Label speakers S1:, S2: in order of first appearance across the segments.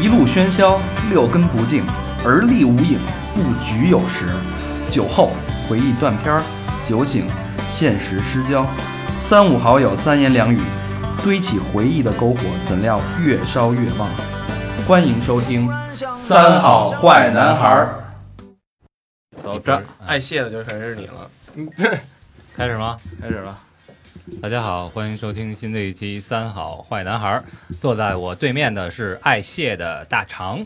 S1: 一路喧嚣，六根不净，而立无影，不局有时。酒后回忆断片儿，酒醒现实失焦。三五好友三言两语，堆起回忆的篝火，怎料越烧越旺。欢迎收听《三好坏男孩儿》。
S2: 走这
S3: 这
S2: 儿
S4: 嗯
S3: 爱谢的就全是 你了，
S2: 开始吗？
S3: 开始吧。
S2: 大家好，欢迎收听新的一期《三好坏男孩》。儿》。坐在我对面的是爱谢的大肠，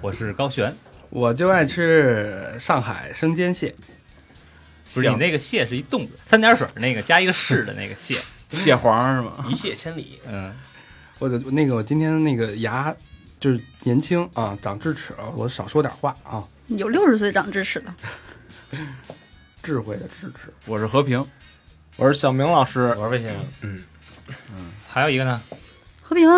S2: 我是高璇。
S5: 我就爱吃上海生煎蟹，
S2: 不是你那个蟹是一动字，三点水那个加一个是的那个蟹。
S5: 蟹黄是吗？
S3: 一泻千 里，
S2: 嗯，
S5: 我的那个我今天那个牙就是年轻啊，长智齿了，我少说点话啊，
S6: 有六十岁长智齿的，
S5: 智慧的智齿。
S4: 我是和平，我是小明老师，
S3: 玩魏先生，
S2: 还有一个呢，
S6: 和平啊，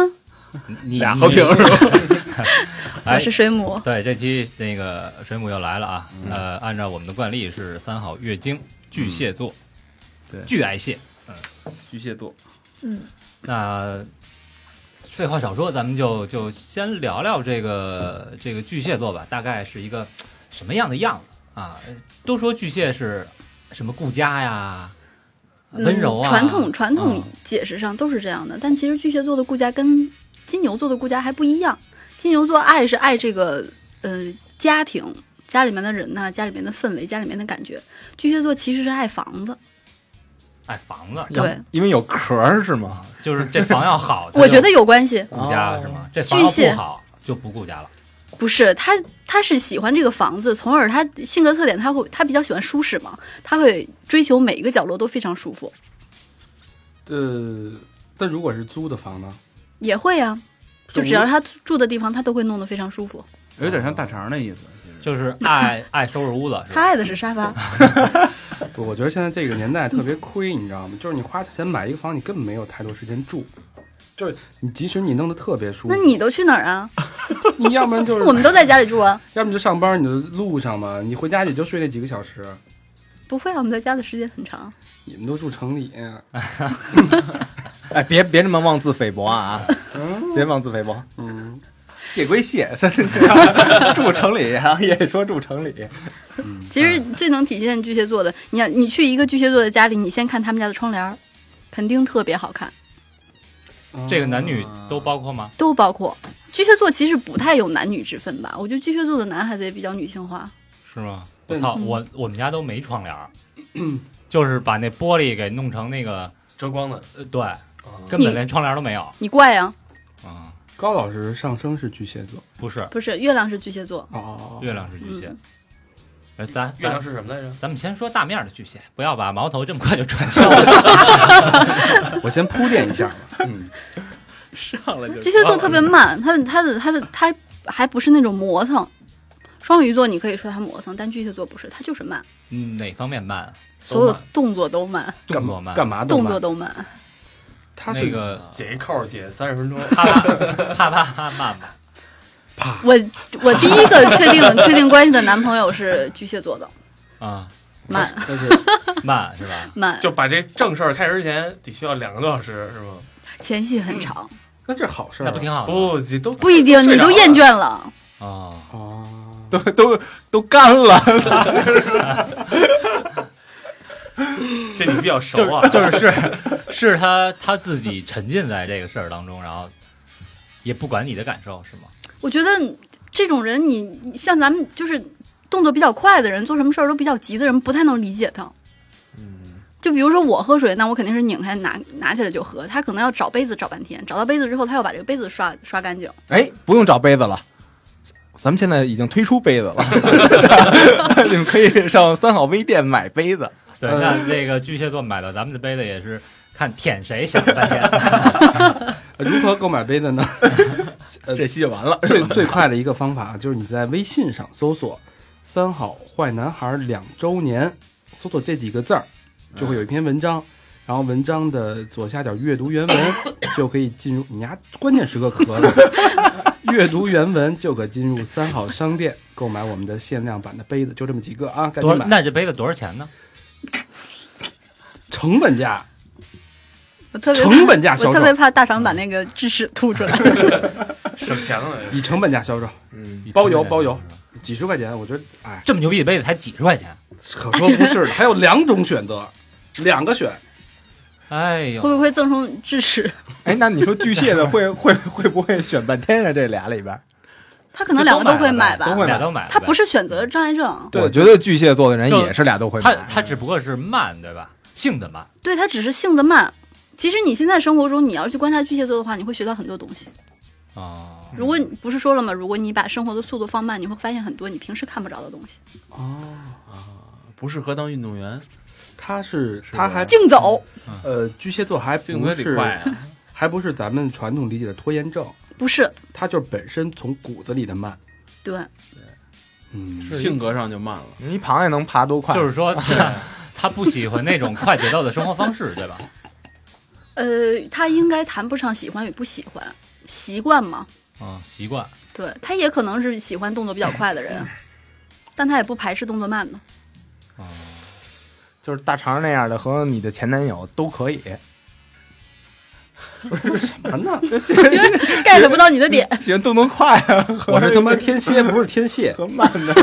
S2: 你你
S4: 俩和平是吧？
S2: 哎
S6: 我是水母，
S2: 对，这期那个水母又来了啊。
S4: 嗯
S2: 呃，按照我们的惯例是三好月经巨蟹座，
S4: 对嗯
S2: 巨爱蟹。
S4: 巨蟹座，
S6: 嗯，
S2: 那废话少说，咱们就就先聊聊这个这个巨蟹座吧，大概是一个什么样的样子啊？都说巨蟹是什么顾家呀、温柔啊，
S6: 嗯、传统传统
S2: 嗯
S6: 解释上都是这样的，但其实巨蟹座的顾家跟金牛座的顾家还不一样。金牛座爱是爱这个呃家庭，家里面的人呐、家里面的氛围，家里面的感觉。巨蟹座其实是爱房子，
S2: 哎房子，
S6: 对，
S4: 因为有壳儿是吗？
S2: 就是这房要好，
S6: 我觉得有关系。
S2: 它就顾家是
S4: 哦
S2: 吗？这房要
S6: 巨蟹
S2: 不好就不顾家了。
S6: 不是他，他是喜欢这个房子，从而他性格特点，他会他比较喜欢舒适嘛，他会追求每一个角落都非常舒服，
S5: 呃，但如果是租的房呢？
S6: 也会啊，就只要他住的地方，他都会弄得非常舒服。
S4: 有点像大肠的意思。
S2: 就是爱爱收拾屋子，是
S6: 他
S2: 吧？
S6: 爱的是沙发，
S5: 不我觉得现在这个年代特别亏，你知道吗？就是你花钱买一个房，你根本没有太多时间住。就是你，即使你弄得特别舒服，
S6: 那你都去哪儿啊？
S5: 你要不然就是
S6: 我们都在家里住啊。
S5: 要么就上班，你就路上嘛，你回家也就睡那几个小时。
S6: 不会啊，我们在家的时间很长。
S5: 你们都住城里，嗯
S4: 哎，别别这么妄自菲薄啊！
S5: 嗯
S4: 别妄自菲薄，
S5: 嗯，
S4: 蟹归蟹， 住城里啊，也得说住城里。
S6: 其实最能体现巨蟹座的，你看，你去一个巨蟹座的家里，你先看他们家的窗帘儿，肯定特别好看，
S2: 这个男女都包括吗？
S6: 都包括。巨蟹座其实不太有男女之分吧，我觉得巨蟹座的男孩子也比较女性化。
S2: 是吗？我
S5: 对
S2: 操，
S3: 嗯
S2: 我我们家都没窗 帘儿，就是把那玻璃给弄成那个，
S3: 遮光的，
S2: 呃，对，
S3: 啊
S2: 根本连窗帘儿都没有。
S6: 你怪啊呀、
S2: 嗯，
S5: 高老师上升是巨蟹座
S2: 不是，
S6: 不是，月亮是巨蟹座，
S5: 哦
S2: 月亮是巨蟹
S6: 嗯。
S2: 哎，咱
S3: 月亮
S2: 咱
S3: 是什么来着？
S2: 咱们先说大面儿的巨蟹，不要把矛头这么快就转向 了。
S5: 我先铺垫一下吧。
S4: 上来就
S6: 嗯巨蟹座特别慢，他的他的他的他还不是那种磨蹭。双鱼座你可以说他磨蹭，但巨蟹座不是，他就是慢，
S2: 嗯，哪方面慢啊？
S6: 所有
S3: 慢
S6: 动作都慢，
S2: 动作慢，
S5: 干嘛
S6: 动
S5: 慢
S6: 作都慢。
S5: 他是
S2: 那个
S3: 解一扣，解三十分钟，
S2: 啪啪啪啪啪慢吧。
S6: 我我第一个确定确定关系的男朋友是巨蟹座的，
S2: 啊，
S6: 慢
S2: 慢是吧？
S6: 慢，
S3: 就把这正事儿开始之前得需要两个多小时，是吗？
S6: 前戏很长，
S5: 那这是好事儿啊
S2: 那不挺
S4: 啊
S2: 好的吗
S3: 不，这都
S6: 不一定你都厌。倦了，
S2: 哦，
S5: 哦，
S4: 都都都干了，
S3: 这你比较熟
S2: 就
S3: 啊
S2: 是，就是是是他他自己沉浸在这个事儿当中，然后也不管你的感受是吗？
S6: 我觉得这种人你，你像咱们就是动作比较快的人，做什么事儿都比较急的人，不太能理解他。就比如说我喝水，那我肯定是拧开拿拿起来就喝，他可能要找杯子找半天，找到杯子之后，他要把这个杯子刷刷干净。
S4: 哎，不用找杯子了。咱们现在已经推出杯子 了，你们可以上三好微店买杯子。
S2: 对，
S5: 嗯
S2: 那这个巨蟹座买到咱们的杯子也是看舔谁想了半天。
S5: 如何购买杯子呢？ 呃
S4: 这期就完了。
S5: 最最快的一个方法啊就是你在微信上搜索“三好坏男孩两周年”，搜索这几个字儿，就会有一篇文章。然后文章的左下角阅读原文就可以进入，你丫关键时刻咳了。 阅读原文就可进入三好商店购买我们的限量版的杯子，就这么几个啊， 赶
S2: 多
S5: 紧
S2: 少？
S5: 买！
S2: 那这杯子多少钱呢？
S5: 成本价
S6: 我特别怕
S5: 成本价销售
S6: 我特别怕大肠把那个智齿吐出来。
S3: 省钱了。
S5: 以成本价销售，
S4: 嗯，
S5: 包邮包邮，几十块钱，我觉得哎，
S2: 这么牛逼的杯子才几十块钱，
S5: 可说不是的。还有两种选择，两个选，
S2: 哎呦，
S6: 会不会赠送智齿？
S4: 哎，那你说巨蟹的会会会不会选半天啊？这俩里边，
S6: 他可能两个都会买吧
S4: 都。会
S2: 俩
S4: 买。
S2: 都买了呗。
S6: 他不是选
S2: 嗯
S6: 择障碍症，
S5: 对
S4: 我觉得巨蟹座的人
S2: 就
S4: 也是俩都会
S2: 他
S4: 买。
S2: 他只不过是慢，对吧？性子慢，
S6: 对他只是性子慢。其实你现在生活中，你要是去观察巨蟹座的话，你会学到很多东西。
S2: 哦，
S6: 如果你不是说了吗？如果你把生活的速度放慢，你会发现很多你平时看不着的东西。
S7: 不适合当运动员，
S5: 他是
S7: 是
S5: 他还
S6: 竞走
S5: 呃巨蟹座还
S7: 幸
S5: 不
S7: 亏得快
S5: 是
S7: 啊！
S5: 还不是咱们传统理解的拖延症，
S6: 不是
S5: 他就是本身从骨子里的慢，
S6: 对，
S5: 嗯，
S7: 性格上就慢了。
S4: 你螃蟹能爬多快？
S2: 就是 说他 他不喜欢那种快节奏的生活方式，对吧？
S6: 呃，他应该谈不上喜欢与不喜欢，习惯嘛。
S2: 嗯，习 惯。
S6: 对他也可能是喜欢动作比较快 的人，但他也不排斥动作慢的。
S4: 就是大肠那样的和你的前男友都可以。
S5: 什么呢？
S6: get 不到你的点，
S4: 行，动动快啊！和
S5: 我是他妈天蝎，不是天蟹，
S4: 和慢的，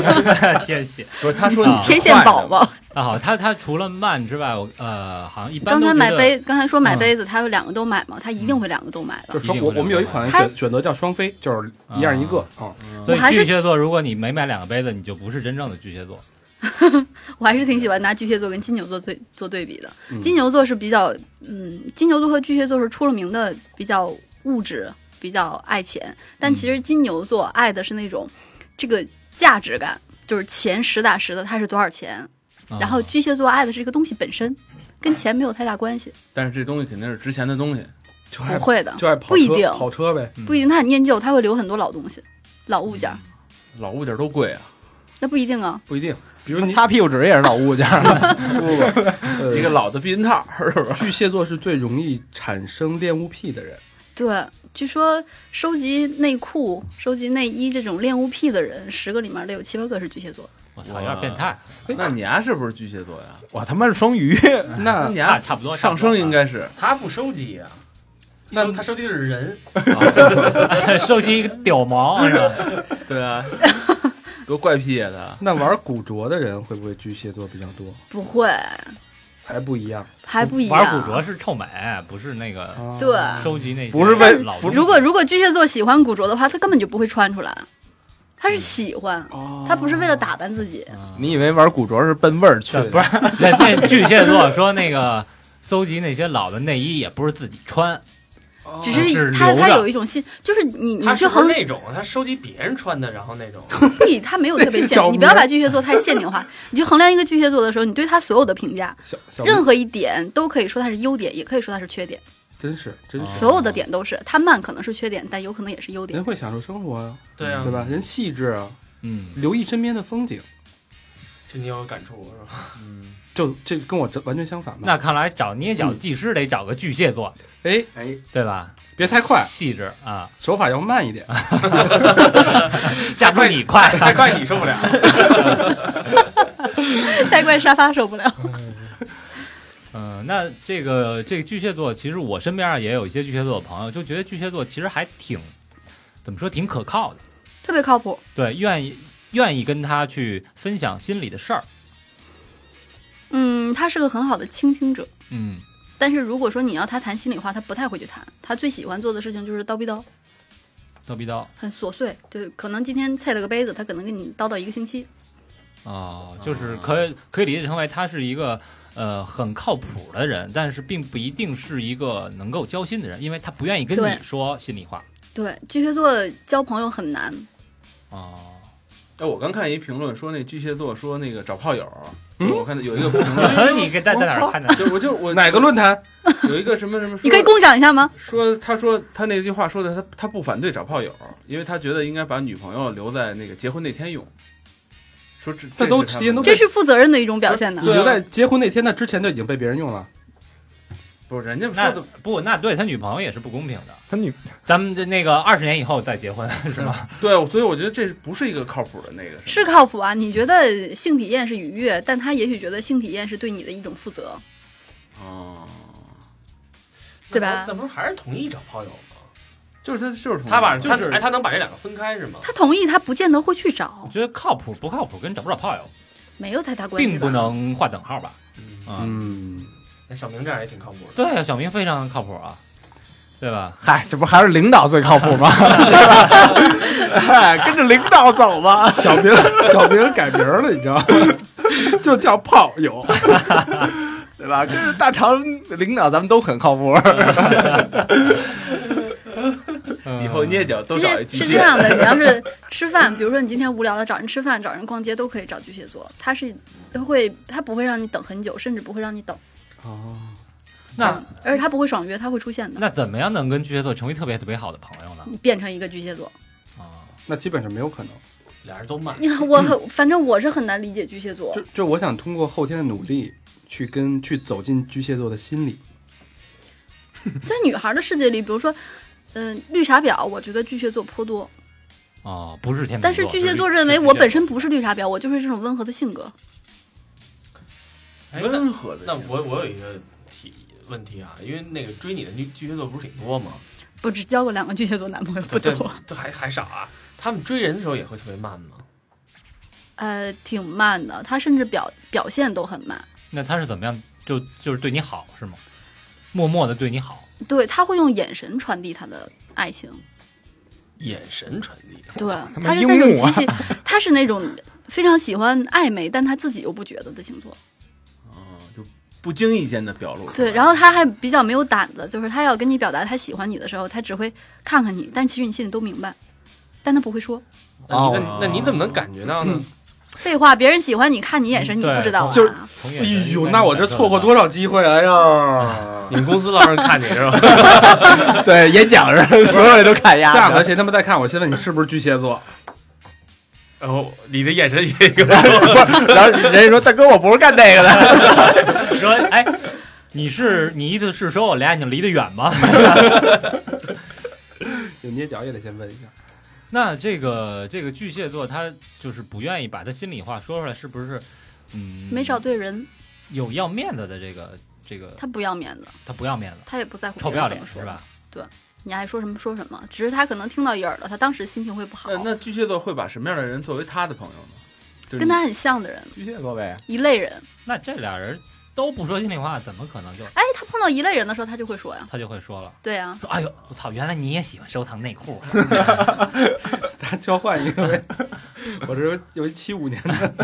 S2: 天蝎
S7: 不是，他说
S2: 啊
S7: 你
S6: 天线宝宝。
S2: 啊，好，他他除了慢之外，我呃，好像一般
S6: 刚
S2: 都
S6: 才
S2: 觉
S6: 买
S2: 得
S6: 杯，刚才说买
S2: 嗯
S6: 杯子，他有两个都买嘛，他一定会两个都买的
S5: 就。是双
S2: 一定
S5: 我
S2: 会
S5: 我们有一款
S6: 他
S5: 选选择叫双飞，就是一样一个啊，
S2: 所以
S6: 我还
S2: 嗯
S6: 是
S2: 巨蟹座，如果你没买两个杯子，你就不是真正的巨蟹座。
S6: 我还是挺喜欢拿巨蟹座跟金牛座对做对比的
S5: 嗯。
S6: 金牛座是比较，嗯，金牛座和巨蟹座是出了名的比较物质，比较爱钱，但其实金牛座爱的是那种这个价值感，就是钱实打实的，它是多少钱。
S2: 啊
S6: 然后巨蟹座爱的是这个东西本身，跟钱没有太大关系。
S7: 但是这东西肯定是值钱的东西，
S5: 就爱
S6: 不会的，
S5: 就爱跑车
S6: 不一定
S5: 跑车呗，
S6: 不一定他很念旧，他会留很多老东西、老物件儿，
S7: 老物件都贵啊。
S6: 那不一定啊。
S5: 不一定。比如你
S4: 擦屁股纸也是老物件儿。
S5: 不不不， 呃
S7: 一个老的避孕套是不是？
S5: 巨蟹座是最容易产生恋物癖 的人，
S6: 对，据说收集内裤、收集内衣这种恋物癖的人，十个里面得有七八个是巨蟹座。
S2: 我操，有点变态，
S7: 那你丫是不是巨蟹座呀？
S4: 我他妈是双鱼，
S7: 那
S5: 那
S7: 你
S2: 差
S7: 丫
S2: 差不多，
S7: 上升应 该是
S3: 他不收集呀、
S5: 那
S3: 收他收集的是人，
S2: 该啊 收集一个屌 毛啊是吧？
S7: 对啊， 多怪癖呀他！
S5: 那玩古着的人会不会巨蟹座比较多？
S6: 不会，
S5: 还不一样，
S6: 还不一样。
S2: 玩古着是臭美，不是那个
S5: 啊
S6: 对，
S2: 收集那些
S4: 不是为
S2: 老
S4: 不是
S6: 如果如果巨蟹座喜欢古着的话，他根本就不会穿出来，他
S2: 嗯
S6: 是喜欢，他不是为了打扮自己。
S4: 你以为玩古着是奔味儿去的？
S2: 不是那那巨蟹座说那个搜集那些老的内衣也不是自己穿，
S6: 只
S2: 嗯哦是
S6: 他
S2: 留
S6: 他
S2: 着
S6: 有一种心，就是你你
S3: 他
S6: 去
S3: 是不
S6: 衡
S3: 是那种他收集别人穿的，然后那种
S6: 不，他 没有特别限
S5: 小
S6: 制，你不要
S5: 明
S6: 把巨蟹座太限定化。你去衡量一个巨蟹座的时候，你对他所有的评价，
S5: 小小
S6: 任何一点都可以说它是优点，也可以说它是缺点，
S5: 真是真
S2: 哦
S5: 是，
S6: 所有的点都是。他慢可能是缺点，但有可能也是优点
S5: 人。会享受生活呀，
S3: 对啊
S5: 对，吧？人细致啊，
S2: 嗯，
S5: 留意身边的风景，
S3: 这你有感触是吧？
S5: 就这跟我这完全相反嘛。
S2: 那看来找捏脚技师得找个巨蟹座，
S5: 哎，
S2: 对吧？
S5: 别太快，
S2: 细致啊，
S5: 手法要慢一点。
S2: 架不你快，
S3: 太快你受不了，
S6: 太怪沙发受不了。
S2: 嗯，那这个这个巨蟹座，其实我身边啊也有一些巨蟹座的朋友，就觉得巨蟹座其实还挺怎么说，挺可靠的，
S6: 特别靠谱，
S2: 对，愿意愿意跟他去分享心里的事儿，
S6: 嗯，他是个很好的倾听者，
S2: 嗯，
S6: 但是如果说你要他谈心里话，他不太会去谈，他最喜欢做的事情就是叨逼叨，
S2: 叨哦逼叨
S6: 很琐碎，就可能今天菜了个杯子，他可能跟你叨叨一个星期，
S2: 哦，就是可以可以理解成为他是一个呃很靠谱的人，但是并不一定是一个能够交心的人，因为他不愿意跟
S6: 对
S2: 你说心里话
S6: 对，巨蟹座交朋友很难，
S2: 哦。
S7: 哎，我刚看一评论说那巨蟹座说那个找炮友，
S4: 嗯
S7: 我看到有一个评论，
S2: 你给在在哪儿看的？
S7: 就我就我
S5: 哪个论坛？
S7: 有一个什么什么，
S6: 你可以共享一下吗？
S7: 说他说他那句话说的他他不反对找炮友，因为他觉得应该把女朋友留在那个结婚那天用。说这
S5: 那都
S7: 是他
S5: 提前
S7: 们
S5: 都
S6: 这是负责任的一种表现呢
S5: 你。就在结婚那天，那之前就已经被别人用了。
S7: 不是人家
S2: 那
S7: 说的
S2: 不，那对他女朋友也是不公平的。
S4: 他女
S2: 咱们这那个二十年以后再结婚是吗？
S7: 对，所以我觉得这不是一个靠谱的那个什么
S6: 是靠谱啊！你觉得性体验是愉悦，但他也许觉得性体验是对你的一种负责。
S7: 哦，
S6: 对吧
S3: 那不是还是同意找炮友吗？
S7: 就是他就是同意
S3: 他把
S2: 就
S3: 他
S2: 是
S3: 哎，他能把这两个分开是吗？
S6: 他同意，他不见得会去找
S2: 我，觉得靠谱不靠谱跟找不找炮友
S6: 没有太大关系吧。
S2: 并不能划等号吧？
S3: 嗯，
S2: 啊，
S5: 嗯，
S3: 那小明这样也挺靠谱的。
S2: 对啊，小明非常靠谱啊，对吧？
S4: 嗨，这不还是领导最靠谱吗？ 嗨，哎跟着领导走吧。
S5: 小明小明改名了，你知道吗？ 就叫炮友，
S4: 对吧？跟着大厂领导，咱们都很靠谱。
S7: 以后捏脚都
S6: 其
S7: 找一
S6: 实
S7: 巨
S6: 是这
S7: 蟹，
S6: 样的，你要是吃饭， 比如说你今天无聊了，找人吃饭、找人逛街都可以找巨蟹座，他是他会他不会让你等很久，甚至不会让你等。
S5: 哦
S2: 那
S6: 嗯而且他不会爽约，他会出现的。
S2: 那怎么样能跟巨蟹座成为特别特别好的朋友呢？
S6: 你变成一个巨蟹座，
S2: 啊，
S5: 那基本上没有可能。
S3: 俩人都慢，
S6: 你看 我很，反正我是很难理解巨蟹座
S5: 就。就我想通过后天的努力去跟去走进巨蟹座的心里。
S6: 在女孩的世界里，比如说，嗯、绿茶婊，我觉得巨蟹座颇多，
S2: 哦，不是天秤座，
S6: 但是巨蟹座认为嗯我本身不是绿茶婊，我就是这种温和的性格。
S3: 哎那
S7: 温和的
S3: 那
S7: 人。
S3: 我我有一个提问题啊，因为那个追你的女巨蟹座不是挺多吗？
S6: 我只交过两个巨蟹座男朋友，不
S3: 对
S6: 多，，
S3: 这还还少啊。他们追人的时候也会特别慢吗？
S6: 呃，挺慢的，他甚至表表现都很慢。
S2: 那他是怎么样？就就是对你好是吗？默默的对你好，
S6: 对他会用眼神传递他的爱情，
S3: 眼神传递，
S6: 对，
S4: 妈
S6: 他是
S4: 鹦
S6: 那种
S4: 鹉啊
S6: 极其， 他是那种非常喜欢暧昧，但他自己又不觉得的星座。
S7: 嗯就不经意间的表露出来。
S6: 对，然后他还比较没有胆子，就是他要跟你表达他喜欢你的时候，他只会看看你，但其实你心里都明白，但他不会说。
S3: 那你
S4: 哦
S3: 那那你怎么能感觉到呢？
S6: 废话，别人喜欢你，看你眼
S7: 嗯
S6: 神，你
S2: 对
S6: 不知道啊？
S2: 就是从眼
S5: 哎
S2: 神
S5: 呦，那我这错过多少机会啊！哎呀，
S3: 你们公司老让人看你是吧？
S4: 对，演讲人 所有人都看丫的。
S5: 下回谁他妈再看我，先问你是不是巨蟹 座？
S3: 然后你的眼神也 有，
S4: 然后人家说：“大哥，我不是干这个的。
S2: 你 说哎，你是你意思是说我俩眼睛离得远吗？
S5: 有捏脚也得先问一下。
S2: 那这个这个巨蟹座他就是不愿意把他心里话说出来，是不是？嗯，
S6: 没找对人，
S2: 有要面子的这个这个
S6: 他不要面子，
S2: 他不要面子，
S6: 他也不在乎
S2: 臭
S6: 别
S2: 不
S6: 人
S2: 要
S6: 怎
S2: 脸
S6: 么
S2: 是
S6: 说
S2: 吧？？
S6: 你爱说什么说什么，只是他可能听到一耳朵，他当时心情会不好
S7: 那。那巨蟹座会把什么样的人作为他的朋友呢？就是
S6: 跟
S7: 你
S6: 他很像的人，”
S4: 巨蟹座呗，
S6: 一类人，
S2: 那这俩人都不说心里话，怎么可能就
S6: 哎，他碰到一类人的时候，他就会说呀，
S2: 他就会说了？
S6: 对啊呀、
S2: 说哎呦，我操！原来你也喜欢收藏内裤啊，
S5: 咱交换一 个呗。我这有有一七五年的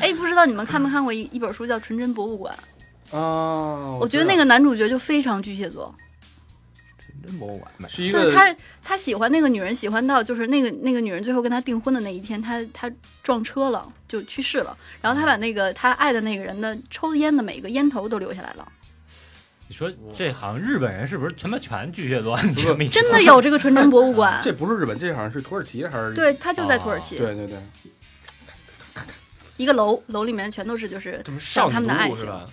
S6: 哎，不知道你们看没看过一一本书叫《纯真博物馆》？
S2: 哦
S5: 啊，
S6: 我觉得那个男主角就非常巨蟹座，
S4: 真不完美。
S5: 是一
S6: 就是
S5: 个，
S6: 他他喜欢那个女人，喜欢到就是那个那个女人最后跟他订婚的那一天，他他撞车了，就去世了。然后他把那个他爱的那个人的抽烟的每一个烟头都留下来了，
S2: 你说这好像日本人是不是他妈全巨蟹座？你这么一说
S6: 真的有这个纯真博物馆
S5: 这不是日本，这好像是土耳其还是
S6: 对他就在土耳其、
S5: 对对对，
S6: 一个楼楼里面全都是就是
S3: 怎么少
S6: 他
S3: 女
S6: 们的爱
S3: 毒物
S6: 情
S3: 是吧？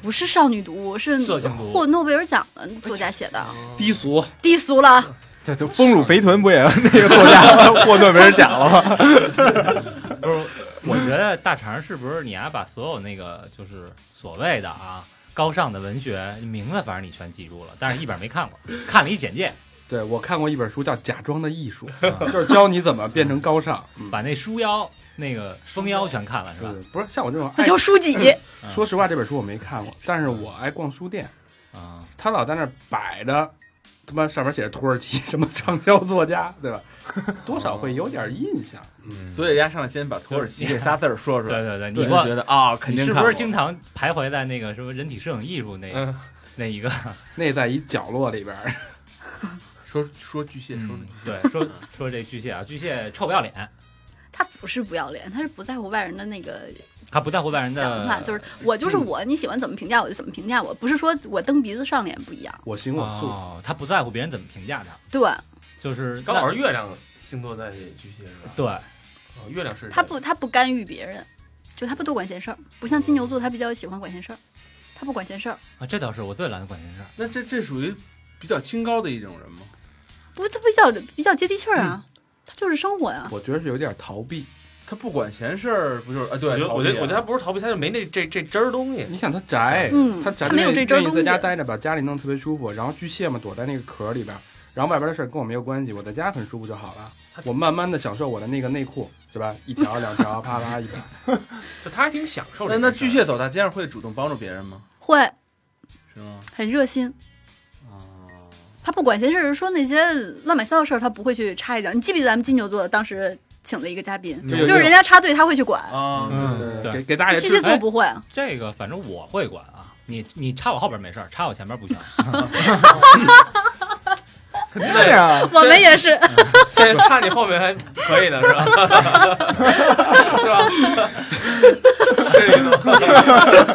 S6: 不是少女读物，是
S2: 色情读物
S6: 获诺贝尔奖的作家写的，
S5: 低俗
S6: 低俗了。
S4: 这就 丰乳肥臀不也那个作家获诺贝尔奖了吗？
S2: 不是，我觉得大肠是不是你还把所有那个就是所谓的啊高尚的文学名字，反正你全记住了，但是一本没看过，看了一简介，
S5: 对我看过一本书叫《假装的艺 术》，就是教你怎么变成高尚。
S2: 把那书腰那个封腰全看 了是
S5: 对
S2: 吧？
S5: 对，嗯不是像我这种
S6: 那
S5: 爱
S6: 就书籍，
S5: 说实话，这本书我没看过，但是我爱逛书店，
S2: 啊，
S5: 他老在那儿摆着，他妈上面写着土耳其什么畅销作家，对吧？多少会有点印象。
S7: 所以人家上来先把土耳其这仨字儿说出
S2: 对
S7: 来，
S2: 对对，
S7: 对
S2: 你
S7: 就
S2: 忘
S7: 觉得啊，肯
S2: 你
S7: 定
S2: 是
S7: 看
S2: 不
S7: 过
S2: 是经常徘徊在那个什么人体摄影艺术那
S3: 嗯
S2: 那一个？
S5: 那在一角落里边儿，
S7: 说说巨蟹，说
S2: 嗯对，说说这巨蟹啊，巨蟹臭不要脸，
S6: 他不是不要脸，他是不在乎外人的那个
S2: 他不在乎外人的
S6: 想法，就是我就是我，你喜欢怎么评价我就怎么评价我，不是说我蹬鼻子上脸不一样。
S5: 我行我素。
S6: 啊
S2: 哦，他不在乎别人怎么评价他，
S6: 对
S2: 就是
S3: 刚好
S2: 那
S3: 是月亮星座在巨蟹是吧？
S2: 对。啊
S3: 哦月亮是
S6: 他不，他不干预别人，就他不多管闲事儿，不像金牛座，他比较喜欢管闲事儿，他不管闲事儿，
S2: 啊，这倒是我最懒得管闲事儿。
S7: 那这这属于比较清高的一种人吗？
S6: 不，他比较比较接地气儿啊，他就是生活呀、
S5: 我觉得是有点逃避，
S7: 他不管闲事儿，不就是啊？对，
S3: 我觉得我觉得我觉得
S7: 得
S3: 他不是逃避，他就没那这这汁儿东西。
S5: 你想他宅，
S6: 嗯
S5: 他宅
S6: 他没有
S5: 就愿意
S6: 这周
S5: 愿意在家
S6: 东西
S5: 待着，把家里弄得特别舒服。然后巨蟹嘛，躲在那个壳里边，然后外边的事儿跟我没有关系，我在家很舒服就好了。我慢慢的享受我的那个内裤，对吧？一条两条，啪啪一条。
S3: 就他还挺享受这个事
S7: 那
S3: 儿。
S7: 那巨蟹走大街上会主动帮助别人吗？
S6: 会
S7: 是吗？
S6: 很热心。
S7: 啊，
S6: 他不管闲事儿，说那些乱七八糟的事儿，他不会去插一脚。你记不记得咱们金牛座当时请的一个嘉宾，
S4: 就
S7: 有
S6: 就是人家插队他会去管，
S7: 啊，
S4: 嗯
S7: 对对对
S2: 对
S5: 给给大家
S6: 巨蟹
S5: 知道
S6: 座不会。啊
S2: 这个反正我会管啊，你你插我后边没事儿，插我前边 不行。
S4: 对啊呀，
S6: 我们也是，
S3: 现在插你后面还可以呢， 是吧？是吧？ 是一个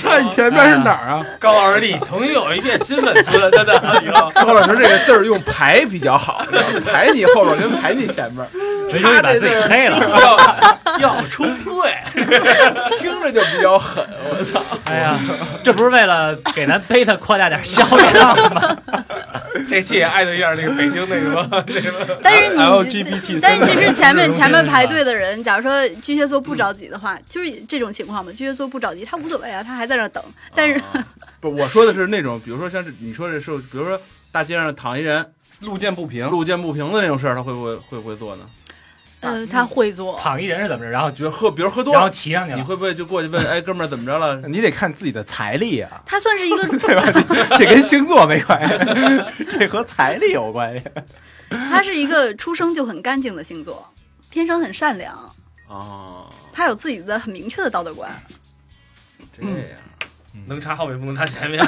S5: 看你前面是哪儿啊？
S3: 高老师，你曾经有一片新粉丝了，真 的。以后
S6: 哎
S7: 高老师这个字儿用排比较好，排你后边跟排你前面，
S2: 直接把自己黑了。
S3: 要要出 柜，
S7: 听着就比较狠。
S2: 哎呀， 这不是为了给咱背的扩大点销 量吗？
S3: 这期也艾特一下那个北京那个吧，那个
S6: 但是你
S5: LGBT
S6: 但是其实前面
S2: 这种
S6: 前面
S2: 东西
S6: 排
S2: 啊
S6: 队的人，假如说巨蟹座不着急的话，就是这种情况嘛。巨蟹座不着急，他无所谓啊，他还在那儿等。但是 呃
S7: 啊不是我说的是那种，比如说像这你说这是，比如说大街上躺一人，
S5: 路见不平，
S7: 路见不平的那种事儿，他会不会会不会做呢？
S6: 呃，他会做，
S2: 躺一人是怎么着？然后
S7: 比如喝，比如喝多
S2: 然后
S7: 了，
S2: 骑上去
S7: 你
S2: 了。
S7: 会不会就过去 问，哎，哥们儿怎么着了？
S4: 你得看自己的财力啊，
S6: 他算是一个
S4: 对吧？这跟星座没关系， 这和财力有关系。
S6: 他是一个出生就很干净的星座，天生很善良，
S7: 啊，
S6: 他有自己的很明确的道德观。
S7: 这样。
S3: 能插后面不能插前面。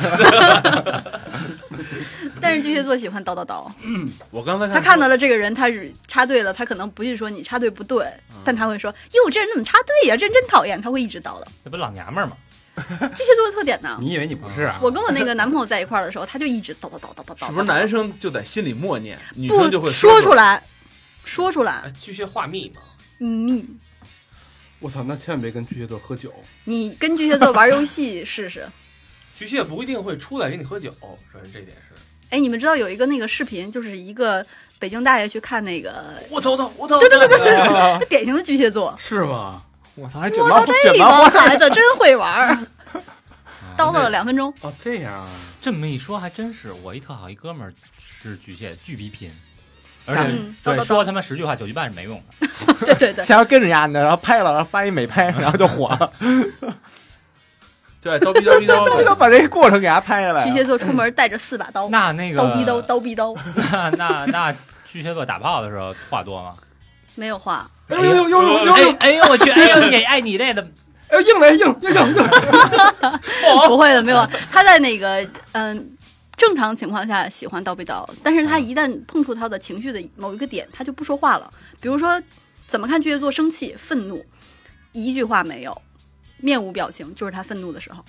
S6: 但是巨蟹座喜欢叨叨叨，
S7: 我刚才
S6: 他看到了这个人，他是插队了，他可能不是说你插队不对，但他会说：“哟，这人怎么插队呀、这人真讨厌。”他会一直叨叨。
S2: 这不老娘们儿吗？
S6: 巨蟹座的特点呢？
S5: 你以为你不是啊？
S6: 我跟我那个男朋友在一块儿的时候，他就一直叨叨叨叨叨叨，
S7: 是不是男生就在心里默念，女生就
S6: 不
S7: 会
S6: 说
S7: 出
S6: 出来，说出来，
S3: 哎巨蟹话密嘛，
S6: 你
S5: 我操，那千万别跟巨蟹座喝酒。
S6: 你跟巨蟹座玩游戏试试。
S3: 巨蟹不一定会出来跟你喝酒，首先这点是。
S6: 哎，你们知道有一个那个视频，就是一个北京大爷去看那个
S3: 我操我操我操！哦对对对 对，
S6: 典型的巨蟹座，
S5: 是吗？
S4: 我操，还卷
S6: 我
S4: 毛
S6: 操，
S4: 卷
S6: 这
S4: 毛
S6: 帮孩子真会玩儿，叨叨了两分钟。
S5: 哦，这样啊，
S2: 这么一说还真是，我一特好一哥们儿是巨蟹，巨逼贫，而
S6: 下
S2: 且
S6: 嗯，叨
S2: 对
S6: 叨
S2: 说
S6: 叨，
S2: 他妈十句话九句半是没用的。
S6: 对对对，
S4: 下回跟着丫的，然后拍了，然后发一美拍，然后就火了。
S7: 对，叨逼叨 逼叨
S4: 那
S7: 逼
S4: 就把这个过程给他拍下来
S6: 巨。蟹座出门带着四把刀，
S2: 那那个
S6: 刀哦逼刀，刀逼刀，
S2: 那那那巨蟹座打炮的时候话多吗？
S6: 没有话。
S5: 哎呦呦呦呦呦
S2: 哎 哎呦我去！哎呦你哎你这的
S5: 哎，硬来硬硬硬硬，
S6: 不会的，没有。啊他在那个嗯，正常情况下喜欢叨逼叨，但是他一旦碰触他的情绪的某一个点，他就不说话了。比如说，怎么看巨蟹座生气、愤怒，一句话没有，面无表情，就是他愤怒的时候。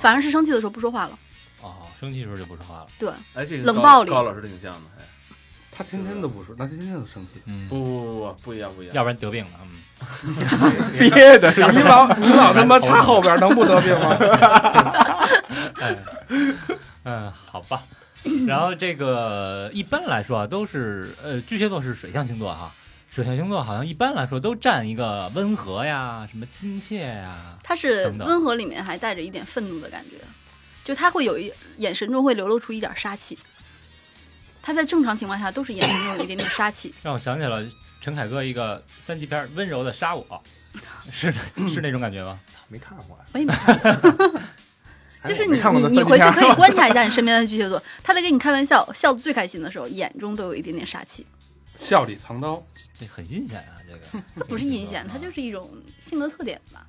S6: 反而是生气的时候不说话了。
S2: 哦，生气的时候就不说话了。
S6: 对，
S7: 哎，这个
S6: 冷
S7: 高
S6: 暴力
S7: 高老师挺像的，哎，
S5: 他天天都不说，那天天都生气。
S2: 嗯，
S7: 不不不不不一样不一样，
S2: 要不然得病了。嗯，
S4: 憋的是吧
S5: 你老你老他妈插后边儿，能不得病吗？
S2: 嗯，好吧。然后这个一般来说啊，都是呃，巨蟹座是水象星座哈，水象星座好像一般来说都占一个温和呀、什么亲切呀，
S6: 他是
S2: 等等
S6: 温和里面还带着一点愤怒的感觉，就他会有一眼神中会流露出一点杀气。他在正常情况下都是眼神中有一点点杀气，
S2: 让我想起了陈凯歌一个三级片《温柔的杀我》， 是是那种感觉吗？
S4: 没看过呀，
S6: 我也没看过。 就是
S4: 我没
S6: 你
S4: 哎看过
S6: 你
S4: 那三
S6: 你
S4: 级
S6: 回去
S4: 片儿
S6: 可以观察一下你身边的巨蟹座，他在跟你开玩笑，笑得最开心的时候，眼中都有一点点杀气，
S5: 笑里藏刀，
S2: 这很阴险啊，这个这个
S6: 不是
S2: 星
S6: 阴
S2: 座
S6: 险，
S2: 啊
S6: 他就是一种性格特点吧。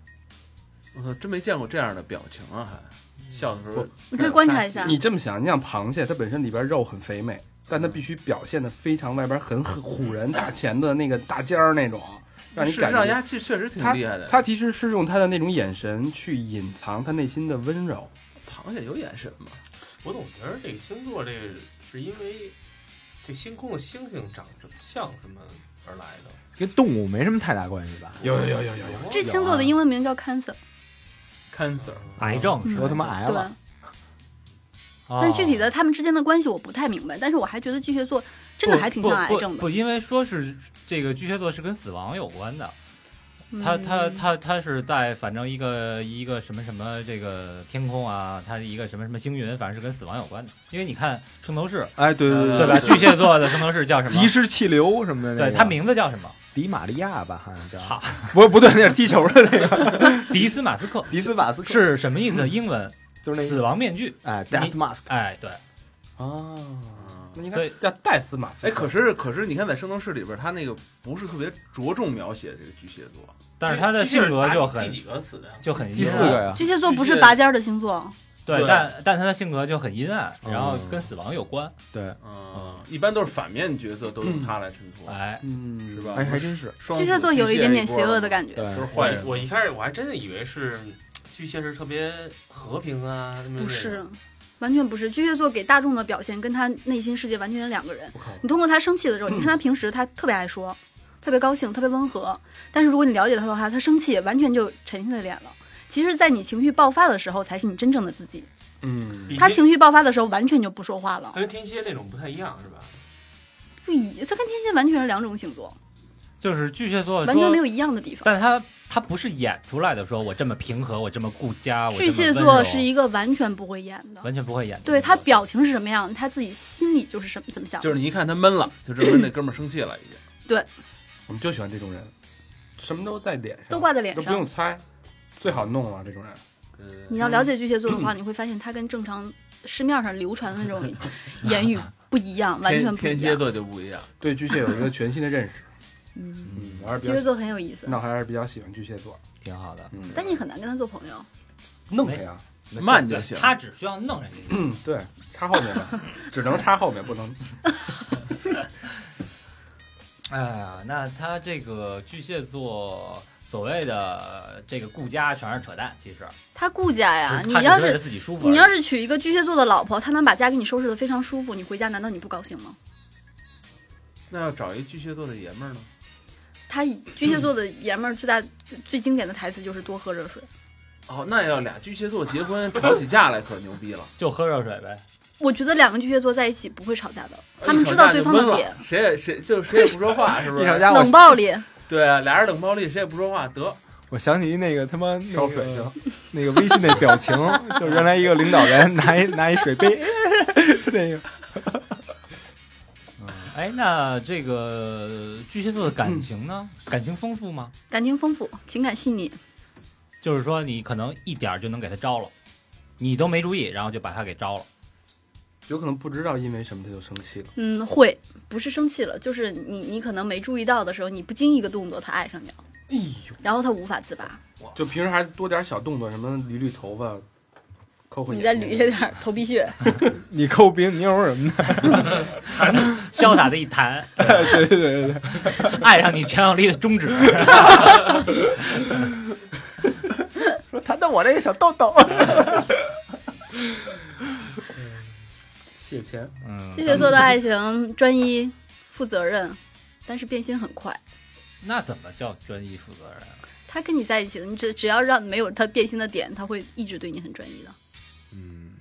S7: 我操，真没见过这样的表情啊，还笑的时候
S5: 不
S6: 你可以观察一下，
S5: 你这么想，你想螃蟹，它本身里边肉很肥美，但它必须表现的非常外边很很唬人大钳子那个大尖儿那种，让你
S7: 事
S5: 感
S7: 实上
S5: 觉。
S7: 丫气确实挺
S5: 他
S7: 厉害的，
S5: 他其实是用他的那种眼神去隐藏他内心的温柔，
S7: 螃蟹有眼神吗？
S3: 我总觉得这个星座，这个是因为这星空的星星长得像什么而来的。
S4: 跟动物没什么太大关系吧？
S5: 有有有有有有，
S6: 这星座的英文名叫 Cancer，
S7: cancer
S2: 癌症是吧啊
S4: 说他妈癌
S6: 对
S4: 了，。
S2: 哦
S6: 但具体的他们之间的关系我不太明白，但是我还觉得巨蟹座这个还挺像癌症
S2: 不
S6: 的。
S2: 不，因为说是这个巨蟹座是跟死亡有关的，
S6: 嗯
S2: 他他他他是在反正一个一个什么什么这个天空啊，他一个什么什么星云，反正是跟死亡有关的。因为你看圣斗士，
S4: 哎，对对
S2: 对吧？巨蟹座的圣斗士叫什么
S4: 及？时气流什么的那个，
S2: 对，他名字叫什么？
S4: 迪玛利亚吧，好像叫
S2: 操，
S4: 不不对，那是踢球的那个
S2: 迪斯马斯克
S4: 迪斯马斯克，
S2: 是什么意思？英文
S4: 就是那
S2: 死
S4: 个
S2: 亡面具。
S4: 哎，Death
S2: 你
S4: Mask，
S2: 哎，对，
S5: 啊，那应
S2: 所
S5: 该
S2: 以
S5: 叫戴斯马斯
S7: 哎，
S5: 克
S7: 可是可是，你看在《圣斗士》里边，他那个不是特别着重描写这个巨蟹座，
S2: 但是他的性格就很
S3: 第几个死的呀？
S2: 就很
S4: 第
S2: 阴
S4: 四
S2: 暗
S4: 个呀，
S6: 巨蟹座不是拔尖儿的星座，
S2: 对，
S7: 对
S2: 但但他的性格就很阴暗，然后
S4: 嗯
S2: 跟死亡有关。
S4: 对，
S7: 嗯，一般都是反面角色都用他来衬托，
S2: 哎，
S4: 嗯
S7: 是吧
S4: 哎，还真是，
S6: 巨蟹座有一点点邪恶的
S7: 觉，
S6: 感觉
S4: 对。，
S7: 都是坏
S3: 我
S7: 人。
S3: 我一开始我还真的以为是巨蟹是特别和平啊，这么
S6: 不是，完全不是。巨蟹座给大众的表现跟他内心世界完全是两个人
S3: 我靠。嗯
S6: 你通过他生气的时候，你看他平时他特别爱说，特别高兴，特别温和。但是如果你了解他的话，他生气完全就沉下脸了。其实，在你情绪爆发的时候，才是你真正的自己。
S5: 嗯，
S3: 比
S6: 他
S3: 天
S6: 情绪爆发的时候，完全就不说话了
S3: 他。跟天蝎那种不太一样是吧？
S6: 不一，他跟天蝎完全是两种星座，
S2: 就是巨蟹座
S6: 完全
S2: 说
S6: 没有一样的地方。
S2: 但是他他不是演出来的，说我这么平和，我这么顾家，我这么
S6: 巨蟹
S2: 温
S6: 座
S2: 柔
S6: 是一个完全不会演的，
S2: 完全不会演的。
S6: 对他表情是什么样，他自己心里就是什么怎么想的。
S7: 就是你一看他闷了，就证明那哥们儿生气了，已经。
S5: 我们就喜欢这种人，什么都在脸上，
S6: 都挂在脸
S5: 都不
S6: 上
S5: 用。猜，最好弄了这种人。
S6: 你
S7: 嗯
S6: 要了解巨蟹座的话，你会发现他跟正常市面上流传的那 种言语不一样，完全
S7: 天
S6: 不
S7: 天
S6: 一
S7: 蝎
S6: 样。
S7: 座就不一样，
S5: 对巨蟹有一个全新的认识，
S6: 嗯，
S5: 嗯，我还是比
S6: 巨蟹
S5: 较，
S6: 座很有意思
S5: 那，我还是比较喜欢巨蟹座，
S2: 挺好的，
S5: 嗯，
S6: 但你很难跟他做朋友。
S5: 弄啊他呀，
S7: 慢就行。
S2: 他只需要弄人家。
S5: 嗯，对，插后面吧，只能插后面，不能
S2: 哎呀，那他这个巨蟹座所谓的这个顾家全是扯淡，其实
S6: 他顾家哎呀，
S2: 只
S6: 你
S2: 他只
S6: 要
S2: 是为了
S6: 是
S2: 自己舒服而已，
S6: 你要是娶一个巨蟹座的老婆，她能把家给你收拾的非常舒服，你回家难道你不高兴吗？
S7: 那要找一巨蟹座的爷们儿呢？
S6: 他巨蟹座的爷们儿最大最最经典的台词就是多喝热水。
S7: 哦，那要俩巨蟹座结婚吵起架来可牛逼了，
S2: 就喝热水呗。
S6: 我觉得两个巨蟹座在一起不会吵架的， 他们知道对方
S7: 一吵
S6: 的
S7: 架就闷
S6: 点
S7: 了，，谁也谁就谁也不说话，是不
S4: 一吵
S7: 是？
S4: 架我
S6: 冷暴力。
S7: 对啊，俩人冷暴力，谁也不说话，得
S4: 我想起那个他妈那
S5: 烧水去
S4: 个
S5: 了
S4: 那个微信那表情，就是原来一个领导人拿一拿一水杯， 那个
S2: 哎，那这个巨蟹座的感情呢？感情丰富吗？
S6: 感情丰富，情感细腻，
S2: 就是说你可能一点儿就能给他招了，你都没注意，然后就把他给 招了。
S5: 有可能不知道因为什么他就生气了，
S6: 嗯，会不是生气了，就是你你可能没注意到的时候，你不经意一个动作，他爱上你了，
S5: 哎呦，
S6: 然后他无法自拔。
S5: 就平时还多点小动作，什么捋捋头发，抠抠眼，
S6: 你再捋一下点儿头皮屑，
S4: 你抠鼻妞儿什么的，
S2: 潇洒的一弹，
S4: 对对对对，
S2: 爱上你强有力的中指。
S4: 说谈谈我这个小豆豆，
S5: 谢钱，
S2: 嗯
S6: 巨蟹座的爱情专一、负责任，但是变心很快。
S2: 那怎么叫专一负责任啊？
S6: 他跟你在一起了，你只只要让没有他变心的点，他会一直对你很专一的。
S4: 嗯，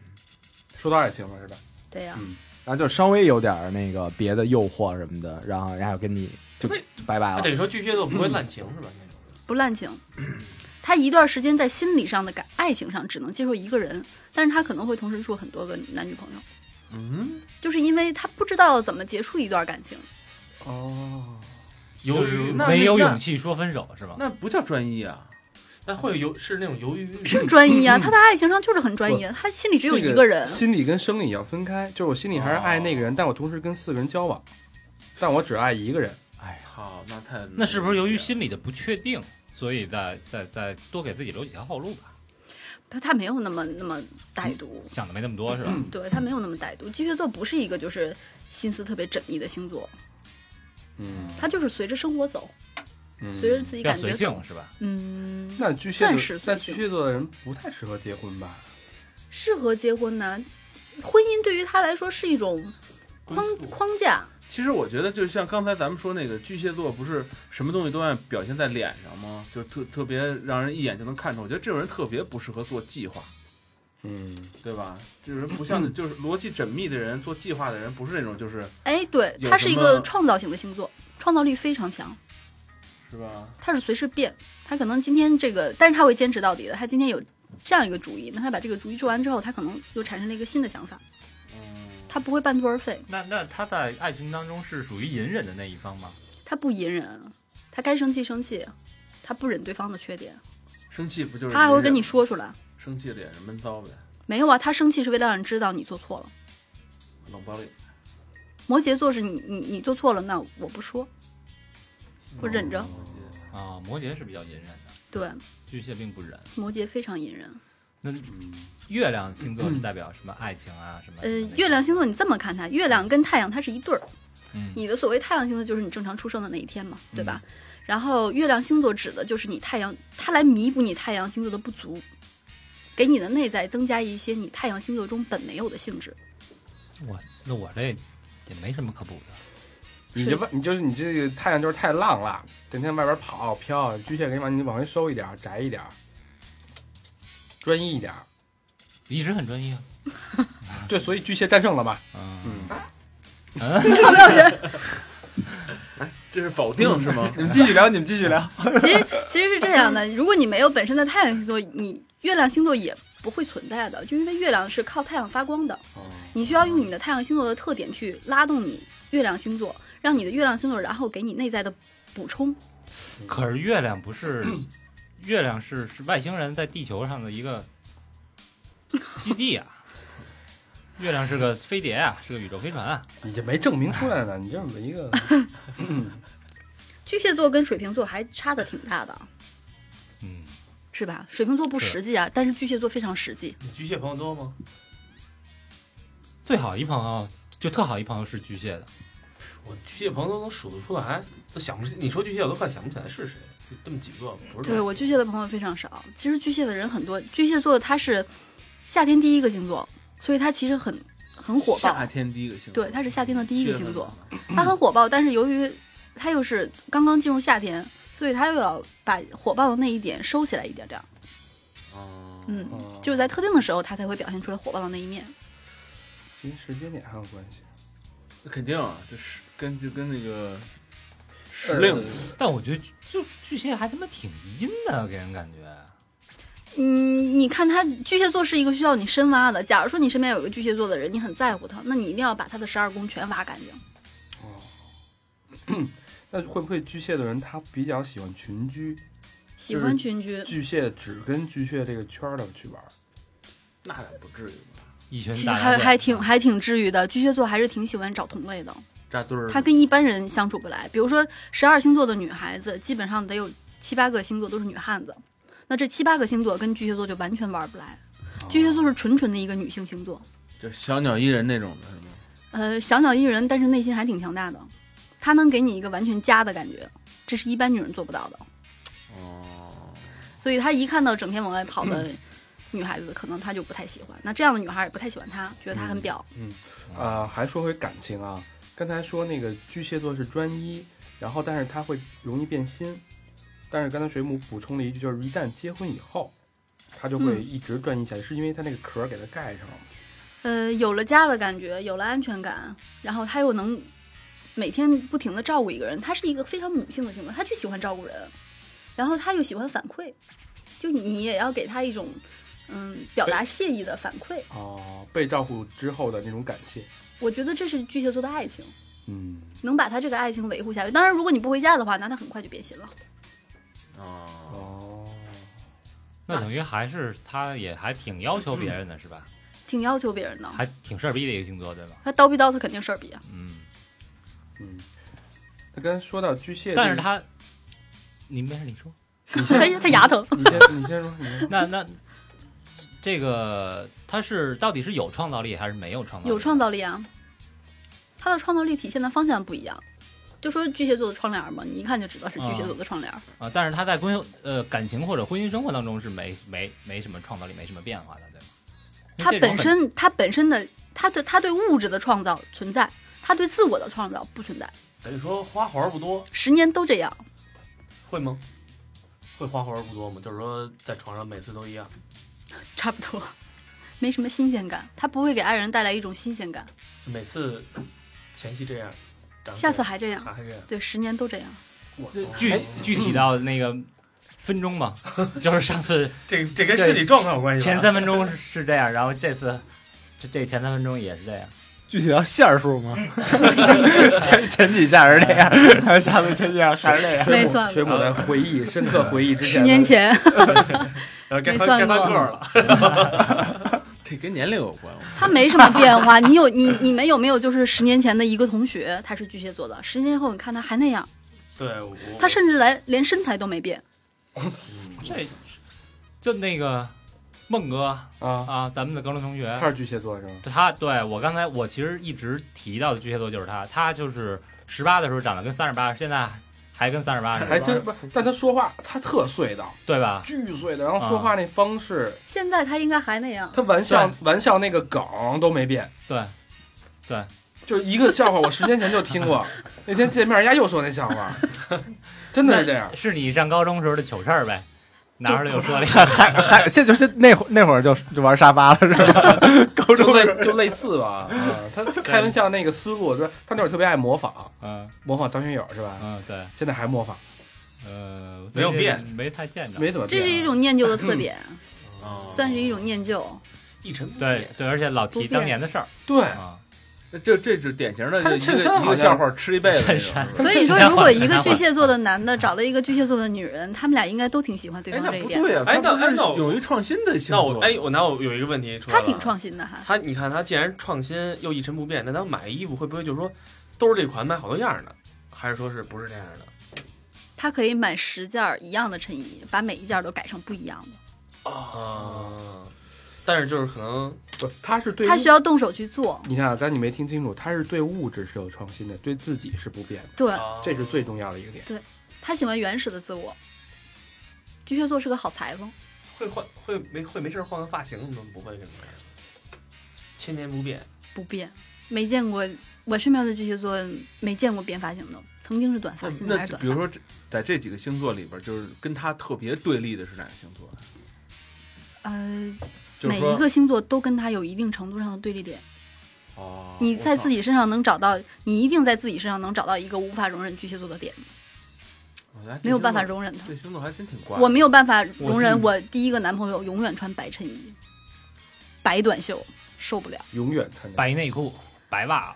S5: 说到爱情了是吧？
S6: 对呀、
S5: 嗯
S4: 然后就稍微有点儿那个别的诱惑什么的，然后然后跟你就拜拜
S3: 那
S4: 了
S3: 啊等。于说巨蟹座不会滥情是吧？那种
S6: 不滥情。他一段时间在心理上的感爱情上只能接受一个人，但是他可能会同时处很多个男女朋友。
S7: 嗯，
S6: 就是因为他不知道怎么结束一段感情。
S5: 哦，
S3: 由于
S7: 那
S2: 没有勇
S7: 气，
S2: 气说分手是吗？
S7: 那不叫专一啊。
S3: 那会有是那种由于
S6: 是专一啊，他在爱情上就是很专一，啊他心里只有一个人。
S5: 心理跟生理要分开，就是我心里还是爱那个人，但我同时跟四个人交往，但我只爱一个人，
S7: 操，那太
S2: 那是不是由于心理的不确定，所以再再再多给自己留几条后路吧？
S6: 他他没有那么那么歹毒，
S2: 想的没那么多是
S4: 嗯
S2: 吧？
S6: 对他没有那么歹毒。巨蟹座不是一个就是心思特别缜密的星座，
S5: 嗯，
S6: 他就是随着生活走，
S5: 嗯
S6: 随着自
S2: 比
S6: 己
S2: 较
S6: 感
S2: 随
S6: 觉走。
S2: 性是吧？
S6: 嗯，
S5: 那巨蟹
S6: 暂时
S5: 座，那
S6: 随性
S5: 巨蟹座的人不太适合结婚吧？
S6: 适合结婚呢？婚姻对于他来说是一种
S3: 归
S6: 框
S3: 宿
S6: 框架，
S7: 其实我觉得，就像刚才咱们说那个巨蟹座，不是什么东西都爱表现在脸上吗？就特特别让人一眼就能看出。我觉得这种人特别不适合做计划，
S5: 嗯，
S7: 对吧？这人不像就是逻辑缜密的人，做计划的人，不是那种就是
S6: 哎，对，
S7: 有
S6: 它
S7: 什
S6: 是一
S7: 么
S6: 个创造型的星座，创造力非常强，
S7: 是吧？
S6: 它是随时变，它可能今天这个，但是他会坚持到底的。他今天有这样一个主意，那他把这个主意做完之后，他可能又产生了一个新的想法，
S7: 嗯，
S6: 他不会半途而废，
S2: 那那他在爱情当中是属于隐忍的那一方吗？
S6: 他不隐忍，他该生气生气，他不忍对方的缺点，
S7: 生气不就是
S6: 他还会
S7: 忍
S6: 跟你说出来。
S7: 生气脸是闷骚呗，
S6: 没有啊，他生气是为了让人知道你做错了。
S7: 冷暴力。
S6: 摩羯座是你你你做错了，那我不说，
S7: 哦
S6: 我忍着。
S2: 啊，摩羯是比较隐忍的，
S6: 对，
S2: 巨蟹并不忍。
S6: 摩羯非常隐忍。
S2: 那月亮星座是代表什么爱情啊？什么？
S6: 呃
S2: 什么那，个
S6: 月亮星座你这么看它，月亮跟太阳它是一对儿。
S2: 嗯
S6: 你的所谓太阳星座就是你正常出生的那一天嘛，对吧？然后月亮星座指的就是你太阳，它来弥补你太阳星座的不足，给你的内在增加一些你太阳星座中本没有的性质。
S2: 我那我这也没什么可补的。
S5: 你
S6: 是
S5: 这外你就是你这个太阳就是太浪了，整天外边跑飘，巨蟹给你往你往回收一点，宅一点，专一一点，
S2: 一直很专一啊。
S5: 对，所以巨蟹战胜了嘛。
S2: 嗯，
S5: 嗯，
S6: 有没有人？
S7: 这是否
S6: 嗯
S7: 定 是吗？
S4: 你们继续聊，你们继续聊。
S6: 其实其实是这样的，如果你没有本身的太阳星座，你月亮星座也不会存在的，就因为月亮是靠太阳发光的。你需要用你的太阳星座的特点去拉动你月亮星座，让你的月亮星座，然后给你内在的补充。
S2: 可是月亮不是，月亮是是外星人在地球上的一个基地啊。月亮是个飞碟啊，是个宇宙飞船啊。
S5: 你这没证明出来呢，你这么一 个，
S6: 巨蟹座跟水瓶座还差的挺大的，
S2: 嗯，
S6: 是吧？水瓶座不
S2: 是
S6: 实际啊，但是巨蟹座非常实际。
S3: 你巨蟹朋友多吗？
S2: 最好一朋友就特好一朋友是巨蟹的，
S3: 我巨蟹朋友都能数得出来，都想不起。你说巨蟹，我都快想不起来是谁，就这么几个，不是
S6: 对我巨蟹的朋友非常少，其实巨蟹的人很多。巨蟹座它是夏天第一个星座，所以它其实很很火爆
S7: 夏。天第一个星座，
S6: 对，它是夏天的第一个
S7: 七月份
S6: 星座
S7: 吧，，
S6: 它很火爆，但是由于它又是刚刚进入夏天，所以它又要把火爆的那一点收起来一点点儿。
S7: 哦
S6: 嗯，就是在特定的时候，它才会表现出来火爆的那一面。
S5: 跟时间点还有关系。
S7: 那肯定啊，这是跟就跟那个时令
S5: 呃
S2: 但我觉得就是巨蟹还他妈挺阴的，给人感觉。
S6: 嗯，你看他巨蟹座是一个需要你深挖的。假如说你身边有一个巨蟹座的人，你很在乎他，那你一定要把他的十二宫全挖干净。
S5: 那会不会巨蟹的人他比较喜欢群居？
S6: 喜欢群居，
S5: 巨蟹只跟巨蟹这个圈儿的去玩儿，
S7: 那倒不至于吧？
S2: 一群
S6: 其实
S2: 大
S6: 还
S2: 杂烩
S6: 还挺还挺治愈的。巨蟹座还是挺喜欢找同类的，
S7: 扎堆儿，
S6: 他跟一般人相处不来。比如说十二星座的女孩子，基本上得有七八个星座都是女汉子，那这七八个星座跟巨蟹座就完全玩不来。巨蟹座是纯纯的一个女性星座，
S7: 就小鸟依人那种的是吗？
S6: 呃，小鸟依人，但是内心还挺强大的，他能给你一个完全家的感觉，这是一般女人做不到的。
S7: 哦，
S6: 所以他一看到整天往外跑的
S2: 嗯
S6: 女孩子，可能他就不太喜欢。那这样的女孩也不太喜欢他，觉得他
S2: 嗯
S6: 很表。
S5: 啊、还说回感情啊，刚才说那个巨蟹座是专一，然后但是他会容易变心，但是刚才水母补充了一句，就是一旦结婚以后，他就会
S6: 嗯
S5: 一直专一下去，是因为他那个壳儿给他盖上了吗。
S6: 呃，有了家的感觉，有了安全感，然后他又能每天不停的照顾一个人。他是一个非常母性的性格，他就喜欢照顾人，然后他又喜欢反馈，就你也要给他一种嗯表
S2: 哎
S6: 达谢意的反馈。
S5: 哦，被照顾之后的那种感谢，
S6: 我觉得这是巨蟹座的爱情，
S5: 嗯，
S6: 能把他这个爱情维护下去。当然，如果你不回家的话，那他很快就变心了。
S7: 哦，
S5: 哦，
S2: 那等于还是他也还挺要求别人的是吧？
S6: 挺要求别人的，
S2: 还挺事儿逼的一个星座对吧？
S6: 他叨逼叨他肯定事儿比啊。
S2: 嗯，
S5: 嗯，那刚才说到巨蟹，
S2: 但是他，你没事 你说，
S6: 他他牙疼。
S5: 你先你先说，你 先说，
S2: 那那这个他是到底是有创造力还是没有创造力？
S6: 有创造力啊，他的创造力体现的方向不一样。就说巨蟹座的窗帘儿嘛，你一看就知道是巨蟹座的窗帘儿。
S2: 啊，但是他在婚姻呃感情或者婚姻生活当中是没没没什么创造力，没什么变化的，对吗？
S6: 他
S2: 这种
S6: 本
S2: 很
S6: 身他本身的他对他对物质的创造存在，他对自我的创造不存在。
S3: 等于说花活儿不多，
S6: 十年都这样，
S3: 会吗？会花活儿不多吗？就是说在床上每次都一样，
S6: 差不多。没什么新鲜感，它不会给爱人带来一种新鲜感。
S3: 每次前期这样，然后
S6: 下次还这样，
S3: 还是这样，
S6: 对，十年都这样。
S3: 我操
S2: 具具体到那个分钟嘛， 就是上次
S3: 这这跟身体状况有关系吧
S2: 前三分钟是这样，然后这次这这前三分钟也是这样。
S4: 具体到线数吗？ 前前几下是这样，然后下次前几下还是这样。
S6: 没算过
S5: 水母在回忆，深刻回忆之前
S6: 十
S5: 的
S6: 年前，
S7: 呃
S3: 然后该
S6: 没
S3: 翻
S6: 算
S3: 该翻
S6: 过
S3: 个儿了，
S7: 这跟年龄有关。
S6: 它没什么变化。你有你你们有没有就是十年前的一个同学，他是巨蟹座的，十年后你看他还那样，
S3: 对，我
S6: 他甚至来连身材都没变。
S3: 嗯
S2: 这就那个孟哥
S5: 啊，
S2: 啊，咱们的高中同学，
S5: 他是巨蟹座是吗？
S2: 他对我刚才我其实一直提到的巨蟹座就是他，他就是十八的时候长得跟三十八，现在还跟三十八似
S5: 还
S2: 的，
S5: 真不，但他说话他特碎的，
S2: 对吧？
S5: 巨碎的，然后说话那方式，
S6: 现在他应该还那样。
S5: 他玩笑玩笑那个梗都没变，
S2: 对，
S5: 就是一个笑话，我十年前就听 过，那天见面人家又说那笑话，真的是这样。
S2: 是你上高中时候的糗事儿呗，拿出来又说了一
S4: 还还还，现就是那会那会儿就就玩沙发了是吧？高
S5: 就
S4: 中的时
S5: 类就类似吧，嗯，他开玩笑那个思路，说他那会儿特别爱模仿，
S2: 嗯
S5: 模仿张学友是吧？
S2: 嗯，对，
S5: 现在还模仿，
S2: 呃，我
S3: 没有
S2: 最近
S3: 变
S2: 没太见
S7: 嗯
S2: 着，
S5: 没怎么
S6: 这
S5: 变。
S6: 是一种念旧的特点，
S3: 哦
S6: 算是一种念旧。
S3: 一尘不
S2: 对
S3: 变，
S2: 对，而且老
S6: 不
S2: 提
S6: 变
S2: 当年的事儿
S5: 对，
S2: 啊，
S7: 那这这是典型的
S5: 他
S7: 就
S5: 的
S7: 一
S5: 衬衫
S7: 个一
S5: 好
S7: 个
S5: 像
S7: 笑话吃一辈子那
S2: 衬
S7: 种
S2: 衫。
S6: 所以说，
S2: 你看
S6: 如果
S2: 换
S6: 一个
S2: 看
S6: 巨
S2: 换
S6: 蟹座的男的找了一个巨蟹座的女人，他们俩应该都挺喜欢对
S7: 哎，
S6: 方
S7: 那
S6: 这一
S7: 不
S6: 点。
S7: 对呀、
S3: 哎那
S7: 他不是
S3: 哎那我
S7: 勇于创新的星
S3: 那
S7: 座
S3: 我哎，我那我有一个问题出来
S6: 他
S3: 了，
S6: 挺创新的，还
S3: 啊他你看他既然创新又一成不变，那他买衣服会不会就是说都是这款买好多样儿的，还是说是不是这样的？
S6: 他可以买十件儿一样的衬衣，把每一件儿都改成不一样的。
S3: 啊、但是就是可能
S5: 不，他是对物
S6: 他需要动手去做，
S5: 你看啊，刚才你没听清楚，他是对物质是有创新的，对自己是不变的，
S7: 哦
S6: 对
S3: 啊
S5: 这是最重要的一个点。
S6: 他喜欢原始的自我。巨蟹座是个好裁缝，
S3: 会换会没会没事儿换个发型吗？不会什么的，千年不变。
S6: 不变，没见过我身边的巨蟹座没见过变发型的，曾经是短发，现在
S7: 哦那
S6: 还是
S7: 就
S6: 短
S7: 比如
S6: 发。
S7: 说这，在这几个星座里边，就是跟他特别对立的是哪个星座？啊
S6: 呃，
S7: 就是
S6: 每
S7: 说
S6: 一个星座都跟他有一定程度上的对立点。
S7: 哦，
S6: 你
S7: 我
S6: 在
S7: 操
S6: 自己身上能找到，你一定在自己身上能找到一个无法容忍巨蟹座的点，
S7: 我觉得还
S6: 没有办法
S7: 哦这星
S6: 容忍他
S7: 座。这星座还真挺怪。
S6: 我没有办法容忍
S2: 嗯
S6: 我第一个男朋友永远穿白衬衣、白短袖，受不了。
S5: 永远看着
S2: 白内裤、白袜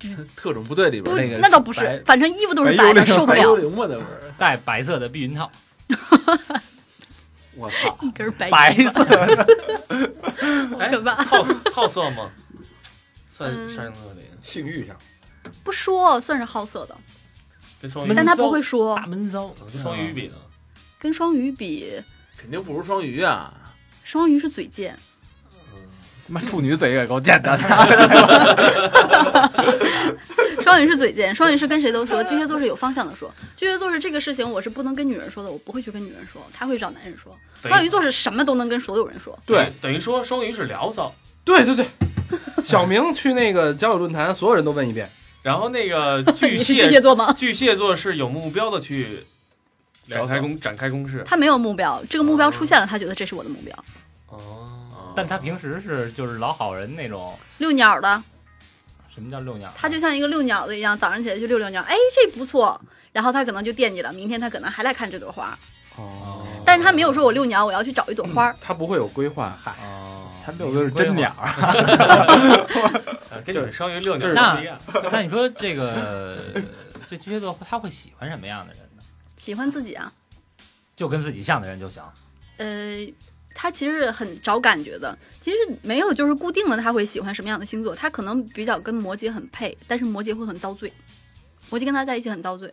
S2: 子，
S7: 特种部队里边
S6: 不，
S7: 那个
S6: 那倒不
S7: 白
S6: 是，反正衣服都是
S7: 白
S6: 白
S7: 幽灵
S6: 的，受不
S7: 白幽
S6: 了。
S7: 灵嘛，那不是？
S2: 戴白色的避孕套，
S7: 我操！
S6: 一根白
S2: 白
S6: 衣服
S2: 色
S3: 哎
S6: 可怕，
S3: 好色好色吗？算
S6: 嗯
S3: 上升座里，
S5: 性欲上，
S6: 不说算是好色的，
S3: 跟双鱼
S2: 闷
S6: 但
S3: 比，
S6: 他不会说
S2: 大，闷骚，
S3: 跟双鱼比呢？
S6: 跟双鱼比，
S7: 肯定不如双鱼啊！
S6: 双鱼是嘴贱，
S4: 他妈处女嘴也够贱 的，
S6: 双鱼是嘴贱，双鱼是跟谁都说，巨蟹座是有方向的说，巨蟹座是这个事情我是不能跟女人说的，我不会去跟女人说，他会找男人说，
S3: 对
S6: 双鱼座是什么都能跟所有人说，
S5: 对，
S3: 等于说双鱼是聊骚，
S5: 对对对。小明去那个交友论坛，所有人都问一遍，
S3: 然后 那个巨
S6: 你是巨蟹
S3: 蟹
S6: 座吗？
S3: 巨蟹座是有目标的去展开攻展开攻势。
S6: 他没有目标，这个目标出现了，他觉得这是我的目标，
S3: 哦，
S2: 但他平时是就是老好人那种，
S6: 遛鸟的，
S2: 什么叫遛鸟？
S6: 他就像一个遛鸟的一样，早上起来去遛遛鸟，哎，这不错，然后他可能就惦记了，明天他可能还来看这朵花，
S5: 哦，
S6: 但是他没有说我遛鸟，我要去找一朵花儿，
S5: 他不会有规划，嗨，
S2: 哦，
S4: 他遛的是真鸟。
S3: 啊跟你们双鱼六
S5: 就
S3: 鸟
S5: 是
S3: 不一样。
S2: 那你说这个这巨蟹座他会喜欢什么样的人呢？
S6: 喜欢自己啊，
S2: 就跟自己像的人就行。
S6: 呃，他其实很找感觉的，其实没有就是固定的他会喜欢什么样的星座，他可能比较跟摩羯很配，但是摩羯会很遭罪，摩羯跟他在一起很遭罪。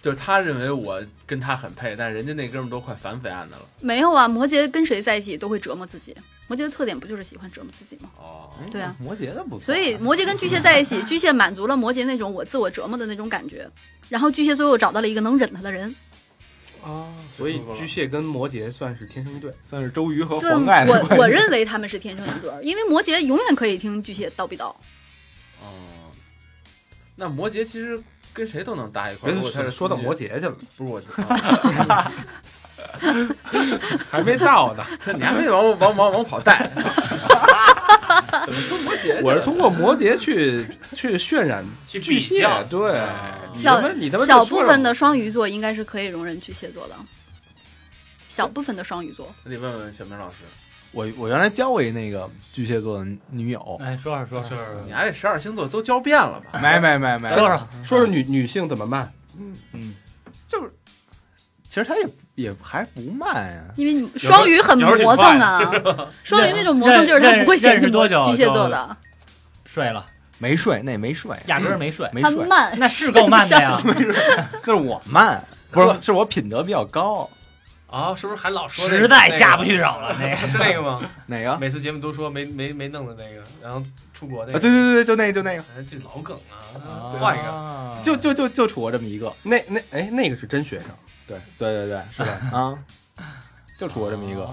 S7: 就是他认为我跟他很配，但人家那哥们儿都快反匪案的了。
S6: 没有啊，摩羯跟谁在一起都会折磨自己，摩羯的特点不就是喜欢折磨自己吗？
S7: 哦，
S6: 对啊，
S4: 嗯摩羯的不错。
S6: 所以摩羯跟巨蟹在一起，巨蟹满足了摩羯那种我自我折磨的那种感觉，然后巨蟹最后找到了一个能忍他的人。
S5: 啊，所以巨蟹跟摩羯算是天生一对，
S4: 算是周瑜和
S6: 对，
S4: 哦
S6: 啊
S4: 黄盖的
S6: 我
S4: 关系
S6: 我认为他们是天生一对儿，因为摩羯永远可以听巨蟹叨逼叨。
S7: 哦，那摩羯其实跟谁都能搭一块儿。
S5: 别
S7: 如果他
S5: 说
S7: 是
S5: 说到摩
S7: 羯，
S5: 羯去了，
S7: 不是我，啊
S5: 还没到呢，
S7: 你还没往往往往跑带。
S5: 我是通过摩羯去去渲染
S3: 去
S5: 巨
S3: 比
S5: 蟹
S3: 较，，
S5: 对，你
S6: 小
S5: 他妈你他妈
S6: 小
S5: 就说
S6: 部
S5: 了
S6: 分的双鱼座应该是可以容忍巨蟹座的，小部分的双鱼座，
S7: 那得问问小明老师，
S4: 我我原来交过一那个巨蟹座的女友，
S2: 哎，说说说
S3: 就
S2: 说
S3: 是
S7: 你俩这十二星座都教遍了吧？
S4: 没没没没，
S2: 说说，
S5: 说说女女性怎么慢，
S4: 就是，其实他也也还不慢啊呀、
S6: 因为你双鱼很磨蹭啊，双鱼那种磨蹭就是他不会嫌
S2: 认
S6: 弃
S2: 认识多久
S6: 巨蟹座的，
S2: 睡了，
S4: 没睡，那也没睡，
S2: 压根儿没 睡，
S4: 没
S6: 他
S4: 睡，
S6: 慢，
S2: 那是够慢的 呀。
S4: 那是我慢，不是，是我品德比较高。
S3: 啊，是不是还老说那
S2: 实在下不去手了，那
S3: 那
S2: 个
S3: 个是那个吗？
S4: 哪个？啊，
S3: 每次节目都说没没没弄的那个，然后出国那
S4: 啊对
S2: 啊
S3: 个，
S4: 对对对，就那就那个，
S3: 哎，这老梗啊， 换一个。
S2: 个
S4: 就就就就杵我这么一个，
S5: 那那哎那个是真学生，
S4: 对对对对，是吧？啊， 就杵我这么一个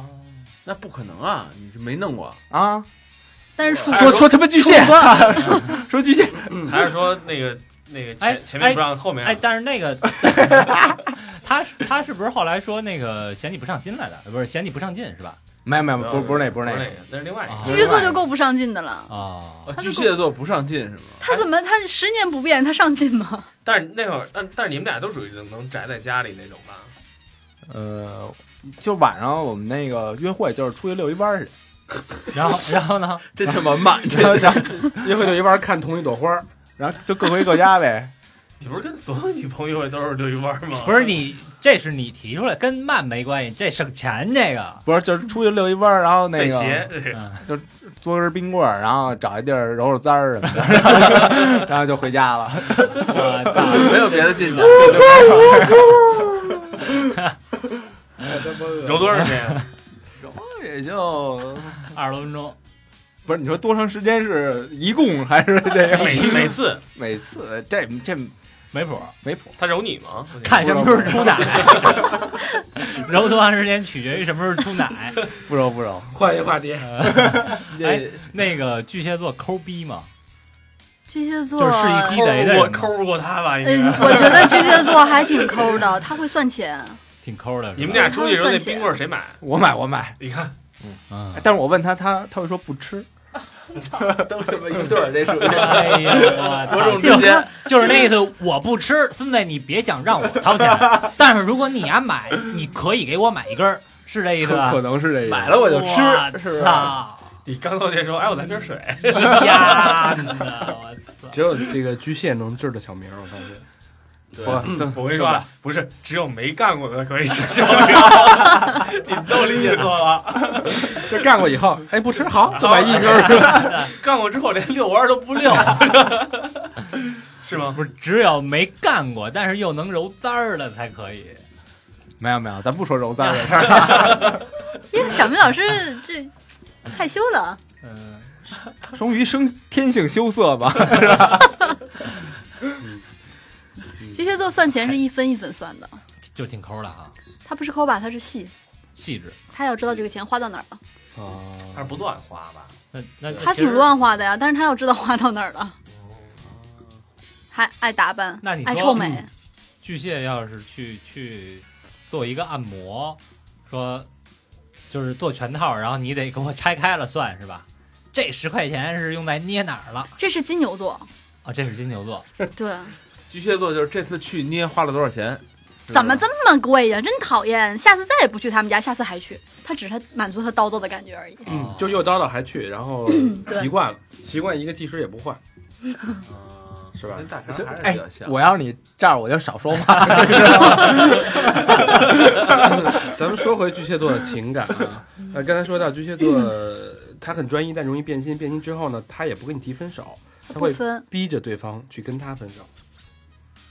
S7: 那不可能啊，你是没弄过。
S4: 啊，
S6: 但是处
S4: 哎说说他妈巨蟹， 说巨蟹，
S3: 还是说那个那个
S2: 嗯哎
S3: 前前面不让，后面
S2: 哎，但是那个 他是他是不是后来说那个嫌你不上心来的？不是嫌你不上进是吧？
S4: 没有没有，
S3: 让
S4: 不是不是那呃不是那
S3: 那
S4: 个，，
S3: 那是另外一
S2: 啊
S3: 个。
S6: 巨蟹座就够不上进的了。
S2: 哦，
S7: 哦
S6: 他
S7: 巨
S6: 就
S7: 蟹座不上进是吗？
S6: 他怎么他十年不变，他上进吗？
S3: 但是那会儿，但但是你们俩都属于能能宅在家里那种吧？
S4: 呃，就晚上我们那个约会就是出去遛一弯儿去，
S2: 然后然后呢？
S7: 这他妈慢， 这
S4: 然后然后
S5: 约会就一玩儿看同一朵花儿，
S4: 然后就各回各家呗。
S3: 你不是跟所有女朋友都是遛一弯吗？
S2: 不是 你，这是你提出来，跟慢没关系，这省钱这个。
S4: 不是，就是出去遛一弯儿，然后那
S3: 费
S4: 个
S3: 鞋，这个
S4: 嘬根冰棍儿，然后找一地儿揉揉簪儿什么的， 然后就回家了。
S2: 我 操！
S7: 没有别的进 展。
S3: 揉多少 天？
S4: 也就
S2: 二十多分钟，
S4: 不是你说多长时间是一共还是这个？
S3: 每每次
S4: 每次这这
S2: 没谱。
S4: 没谱，
S3: 他揉你吗？
S2: 看什么时候出奶，揉多长时间取决于什么时候 出奶。
S4: 不揉不揉。
S5: 换一个话题，
S2: 哎，那个巨蟹座抠逼嘛，
S6: 巨蟹座
S2: 就是一鸡贼的
S3: 我
S2: 人嘛，
S3: 抠不过他吧？应
S6: 嗯
S3: 该。，
S6: 我觉得巨蟹座还挺抠的，他会算钱。
S2: 挺抠的。是吧
S3: 你们俩出去时候那冰棍儿谁买？
S4: 我买我买，
S3: 你看，
S2: 嗯，
S4: 但是我问他，他他会说不吃。
S7: 都他妈一对儿，这属于。
S2: 哎呀，我操！
S6: 挺抠
S2: 就是那意思，我不吃，孙子你别想让我掏 钱，但是如果你要买，你可以给我买一根儿，是这意思吧
S4: 可？能是这个。
S7: 买了我就
S2: 我
S7: 吃，是吧？
S2: 操！
S3: 你刚到那时候，哎，我来瓶水。
S2: 呀，我操！
S5: 只有这个巨蟹能治的小明儿，我感觉。
S3: 对
S4: 哇
S3: 我跟你说啊， 不是只有没干过的可以吃香蕉，你们都理解错了。
S5: 这干过以后，哎，不吃 好，就买一根儿。
S3: 干过之后连遛弯儿都不遛，是吗？
S2: 不是只有没干过，但是又能揉簪儿的才可以。
S4: 没有没有，咱不说揉 簪了。
S6: 因为小明老师这害羞了，
S2: 嗯，
S4: 双鱼生天性羞涩吧？
S6: 巨蟹座算钱是一分一分算的，
S2: 就挺抠的哈，
S6: 他不是抠吧，他是细，
S2: 细致。
S6: 他要知道这个钱花到哪儿了。
S3: 他是不乱花吧？
S2: 那那
S6: 他
S2: 其实
S6: 挺。乱花的呀，但是他要知道花到哪儿了，还爱打扮，
S2: 那你说嗯
S6: 爱臭美，
S2: 巨蟹要是去去做一个按摩，说就是做全套，然后你得给我拆开了算是吧？这十块钱是用在捏哪儿了？
S6: 这是金牛 座，
S2: 啊，这是金牛座，
S6: 对，
S7: 巨蟹座就是这次去捏花了多少钱？
S6: 怎么这么贵呀、真讨厌！下次再也不去他们家，下次还去，他只是满足他叨叨的感觉而已。
S5: 嗯，就又叨叨还去，然后
S6: 对
S5: 习惯了，
S7: 嗯
S5: 习惯一个 T 恤也不换，是吧
S7: 跟？大肠还是
S4: 哎
S7: 比较，像。
S4: 我要是你这样，我就少说 话。
S5: 咱们说回巨蟹座的情感啊，
S7: 嗯
S5: 呃，刚才说到巨蟹座，他很专一，但容易变心。变心之后呢，他也不跟你提分手，他
S6: 不
S5: 会
S6: 分，
S5: 逼着对方去跟他分手，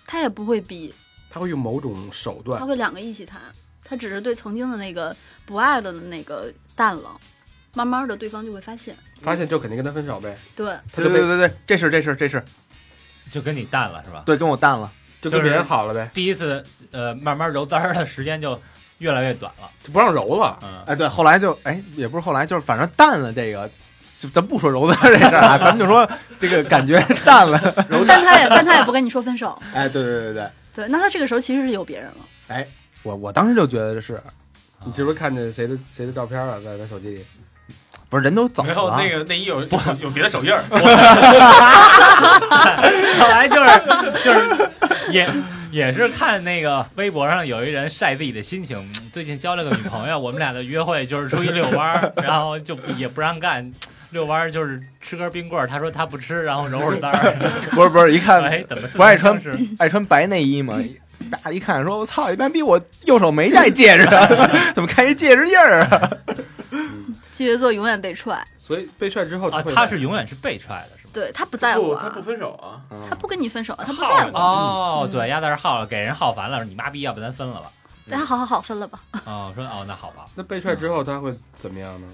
S6: 他也不会逼，
S5: 他会用某种手
S6: 他
S5: 段。
S7: 哦
S6: 会两个一起谈，他只是对曾经的那个不爱了的那个淡了，慢慢的对方就会发现，
S5: 发现就肯定跟他分手呗，
S6: 对，
S5: 他
S4: 对
S5: 就
S4: 对
S5: 被
S4: 对对，这是这是这是，
S2: 就跟你淡了是吧？
S4: 对，跟我淡了。
S5: 就跟别人好了呗，
S2: 第一次呃，慢慢揉簪儿的时间就越来越短了。
S5: 就不让揉了。
S2: 嗯，
S4: 哎，对，后来就哎，也不是后来，就是反正淡了这个。就咱不说揉簪这事儿啊，咱们就说这个感觉淡了。
S6: 但他也但他也不跟你说分手，
S4: 哎，对对对对，
S6: 对，那他这个时候其实是有别人了。
S4: 我我当时就觉得是，
S5: 你是不是看见谁的谁的照片了，在在手机里？
S4: 不是人都走
S3: 没有
S4: 了，啊
S3: 那个内衣有有有别的手印 儿，
S2: 后来就是就是也也是看那个微博上有一人晒自己的心情，最近交了个女朋友，我们俩的约会就是出去遛弯儿，然后就不也不让干。遛弯儿就是吃根冰棍儿，他说他不吃，然后揉揉蛋儿。
S4: 不是不是，一看
S2: 哎，怎么这么
S4: 不爱穿
S2: 方式
S4: 爱穿白内衣嘛，啪一看说，我操，一般比我右手没戴戒指啊， 怎么看一戒指印儿啊？
S6: 巨蟹座永远被踹，
S5: 所以被踹之后
S2: 啊？
S5: 会
S2: 他是永远是被踹的，是吗？
S6: 对他不在乎
S3: 不，他
S6: 啊
S3: 不，分手啊，
S6: 他不跟你分手，他不
S3: 耗
S6: 在
S3: 着
S6: 乎啊
S3: 呢，
S2: 哦，对，丫在这耗了，给人耗烦了，说你妈逼，要不咱分了吧？
S6: 但他哎好好好分了吧，
S2: 哦，说哦，那好吧，
S5: 那被踹之后他会怎么样呢？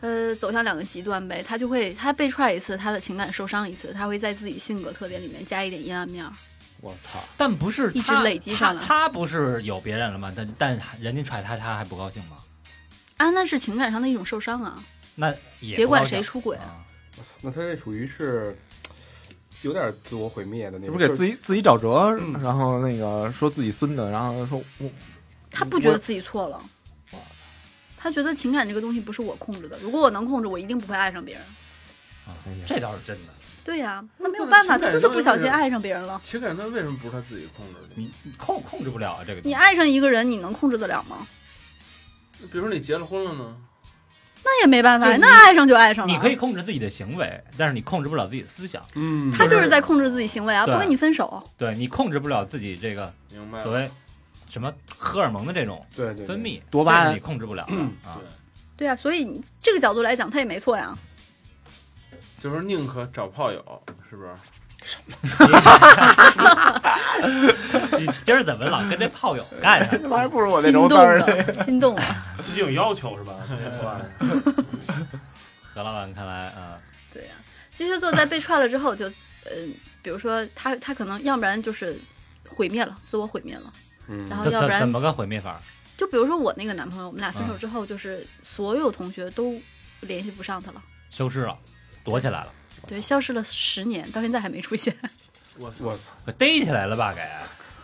S6: 呃，走向两个极端呗，他就会他被踹一次，他的情感受伤一次，他会在自己性格特点里面加一点阴暗面儿，
S4: 我操，
S2: 但不是
S6: 一直
S2: 他
S6: 累积上来
S2: 他他不是有别人了吗？但但人家踹他，他还不高兴吗？
S6: 啊，那是情感上的一种受伤啊，
S2: 那也
S6: 别
S2: 不高
S6: 管谁
S2: 兴
S6: 出轨，
S2: 啊
S5: 我操，那他这属于是有点自我毁灭的
S4: 这
S5: 那种，
S4: 不是给
S5: 就是
S4: 自己自己找辙，然后那个说自己孙子，然后说我
S6: 他不觉得自己错了，他觉得情感这个东西不是我控制的，如果我能控制，我一定不会爱上别人。
S2: 啊这倒是真的。
S6: 对呀、那没有
S7: 那
S6: 办法，
S7: 情
S6: 他
S7: 感
S6: 就是
S7: 上
S6: 不
S7: 就
S6: 小
S7: 是
S6: 心爱上别人了。
S7: 情感端为什么不是他自己控制的？
S2: 你你控控制不了啊，这个东西
S6: 你爱上一个人，你能控制得了吗？
S7: 比如说你结了婚了呢，
S6: 那也没办法
S2: 就，你
S6: 那爱上就爱上了。
S2: 你可以，控制自己的行为，但是你控制不了自己的思想。
S5: 嗯，
S6: 他就是在控制自己行为啊，
S2: 对
S6: 不跟你分手。
S2: 对你控制不了自己这个
S7: 明
S4: 嗯
S7: 白了？
S2: 所谓什么荷尔蒙的这种
S5: 对对对
S2: 分泌
S4: 多巴胺
S2: 这是你控制不了的 啊。
S6: 对啊，所以你这个角度来讲，他也没错呀。
S7: 就是宁可找炮友，是不是？
S2: 啊你今儿怎么老跟这炮友 干上？
S4: 还不如我那
S6: 心
S4: 柔
S6: 动
S4: 三儿呢。
S6: 了，心动了。
S3: 这啊就有要求是吧？
S2: 何老板看来啊，
S6: 对呀、巨蟹座在被踹了之后就，呃，比如说他他可能要不然就是毁灭了，自我毁灭了，
S5: 嗯
S6: 然后
S2: 怎
S6: 哦要不
S2: 怎
S6: 然
S2: 怎么个毁灭法？
S6: 就比如说我那个男朋友，我们俩分手之后，就是所有同学都联系不上他了，
S2: 消失了，躲起来了，
S6: 对，消失了十年，到现在还没出现。
S7: 我
S5: 我操，
S2: 给逮起来了吧？给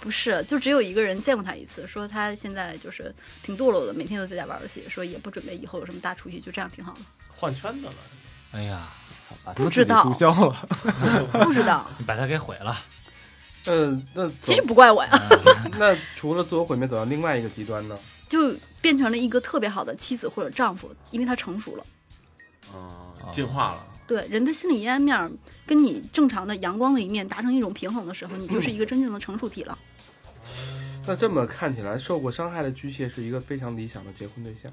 S6: 不是，就只有一个人见过他一次，说他现在就是挺堕落的，每天都在家玩游戏，说也不准备以后有什么大出息，就这样挺好的。
S3: 换圈子了，
S2: 哎呀，
S4: 啊
S6: 不知道
S4: 注销了，
S6: 不知 道，
S2: 你把他给毁了。
S5: 嗯，那
S6: 其
S5: 走
S6: 实不怪我呀，
S5: 那除了自我毁灭，走到另外一个极端呢？
S6: 就变成了一个特别好的妻子或者丈夫，因为他成熟了。
S7: 啊，进化了，
S6: 对人的心理阴暗面儿跟你正常的阳光的一面达成一种平衡的时候，你就是一个真正的成熟体了。
S5: 那这么看起来，受过伤害的巨蟹是一个非常理想的结婚对象。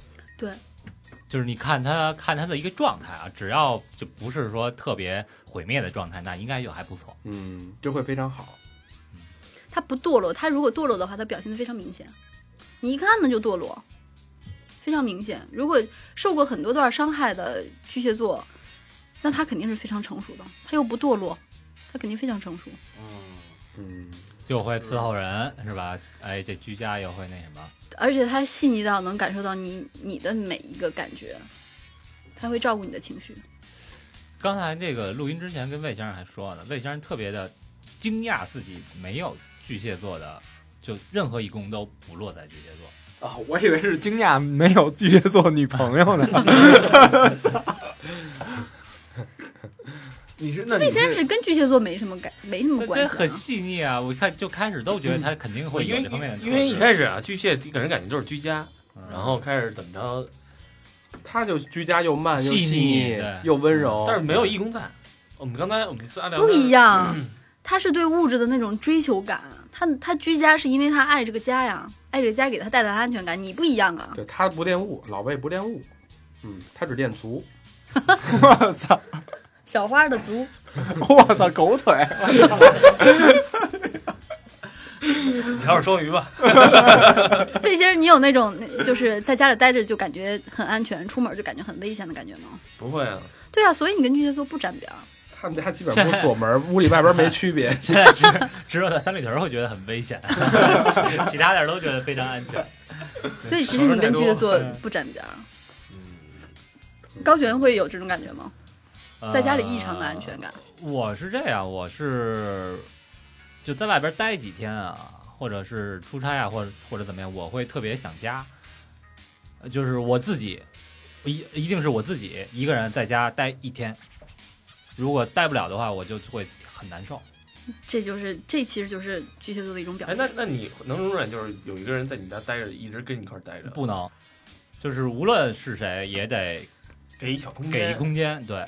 S2: 就是你看他看他的一个状态啊，只要就不是说特别毁灭的状态，那应该就还不错。
S5: 嗯，就会非常好。
S6: 他不堕落，他如果堕落的话，他表现的非常明显，你一看呢就堕落，非常明显。如果受过很多段伤害的巨蟹座，那他肯定是非常成熟的，他又不堕落，他肯定非常成熟。
S7: 嗯，
S5: 嗯，
S2: 就会伺候人是吧？哎，这居家又会那什么，
S6: 而且他细腻到能感受到你你的每一个感觉，他会照顾你的情绪。
S2: 刚才这个录音之前跟魏先生还说呢，魏先生特别的惊讶自己没有巨蟹座的，就任何一宫都不落在巨蟹座。
S4: 啊！我以为是惊讶没有巨蟹座女朋友呢。
S7: 你是那
S6: 魏
S7: 你
S6: 先生
S7: 是
S6: 是跟巨蟹座没什么感没什么
S2: 这
S6: 关系、
S2: 这
S6: 啊，
S2: 很细腻啊！我看就开始都觉得他肯定 会
S3: 因
S2: 有
S3: 为
S2: 这方面的特质，
S3: 因为一开始啊，巨蟹给人感觉就是居家，
S2: 嗯哦
S3: 然后开始怎么着，
S5: 他就居家又慢又
S2: 细腻
S5: 腻
S2: 对。
S5: 又温柔，
S3: 嗯但是没有义工在。我们刚才我们仨聊
S6: 不一
S3: 样，
S6: 样，他是对物质的那种追求感。他他居家是因为他爱这个家呀，爱这个家给他带来的安全感。你不一样啊，
S5: 对他不恋物，老魏不恋物，嗯，他只恋足。
S4: 我操！
S6: 小花的足，
S4: 我操！狗腿！
S3: 你开始双鱼吧，
S6: 对先生，你有那种就是在家里待着就感觉很安全，出门就感觉很危险的感觉吗？
S3: 不会啊，
S6: 对啊，所以你跟巨蟹座不沾边儿。
S5: 他们家基本不锁门，屋里外边没区别
S2: 现在只只有在三里屯会觉得很危 险，其他地儿都觉得非常安全。
S6: 所以其实你跟巨蟹座不沾边儿。高璇会有这种感觉吗？在家
S2: 啊
S6: 里异常
S2: 呃
S6: 的安全感。
S2: 我是这样，我是就在外边待几天啊，或者是出差啊，或者或者怎么样，我会特别想家，呃就是我自己一一定是我自己一个人在家待一天，如果待不了的话，我就会很难受。
S6: 这就是这其实就是巨蟹座的一种表
S3: 哎，
S6: 现
S3: 那。那你能容忍就是有一个人在你家待着，一直跟你一块儿待着，
S2: 不能，就是无论是谁也得
S3: 给一小空间，
S2: 给一空间，对，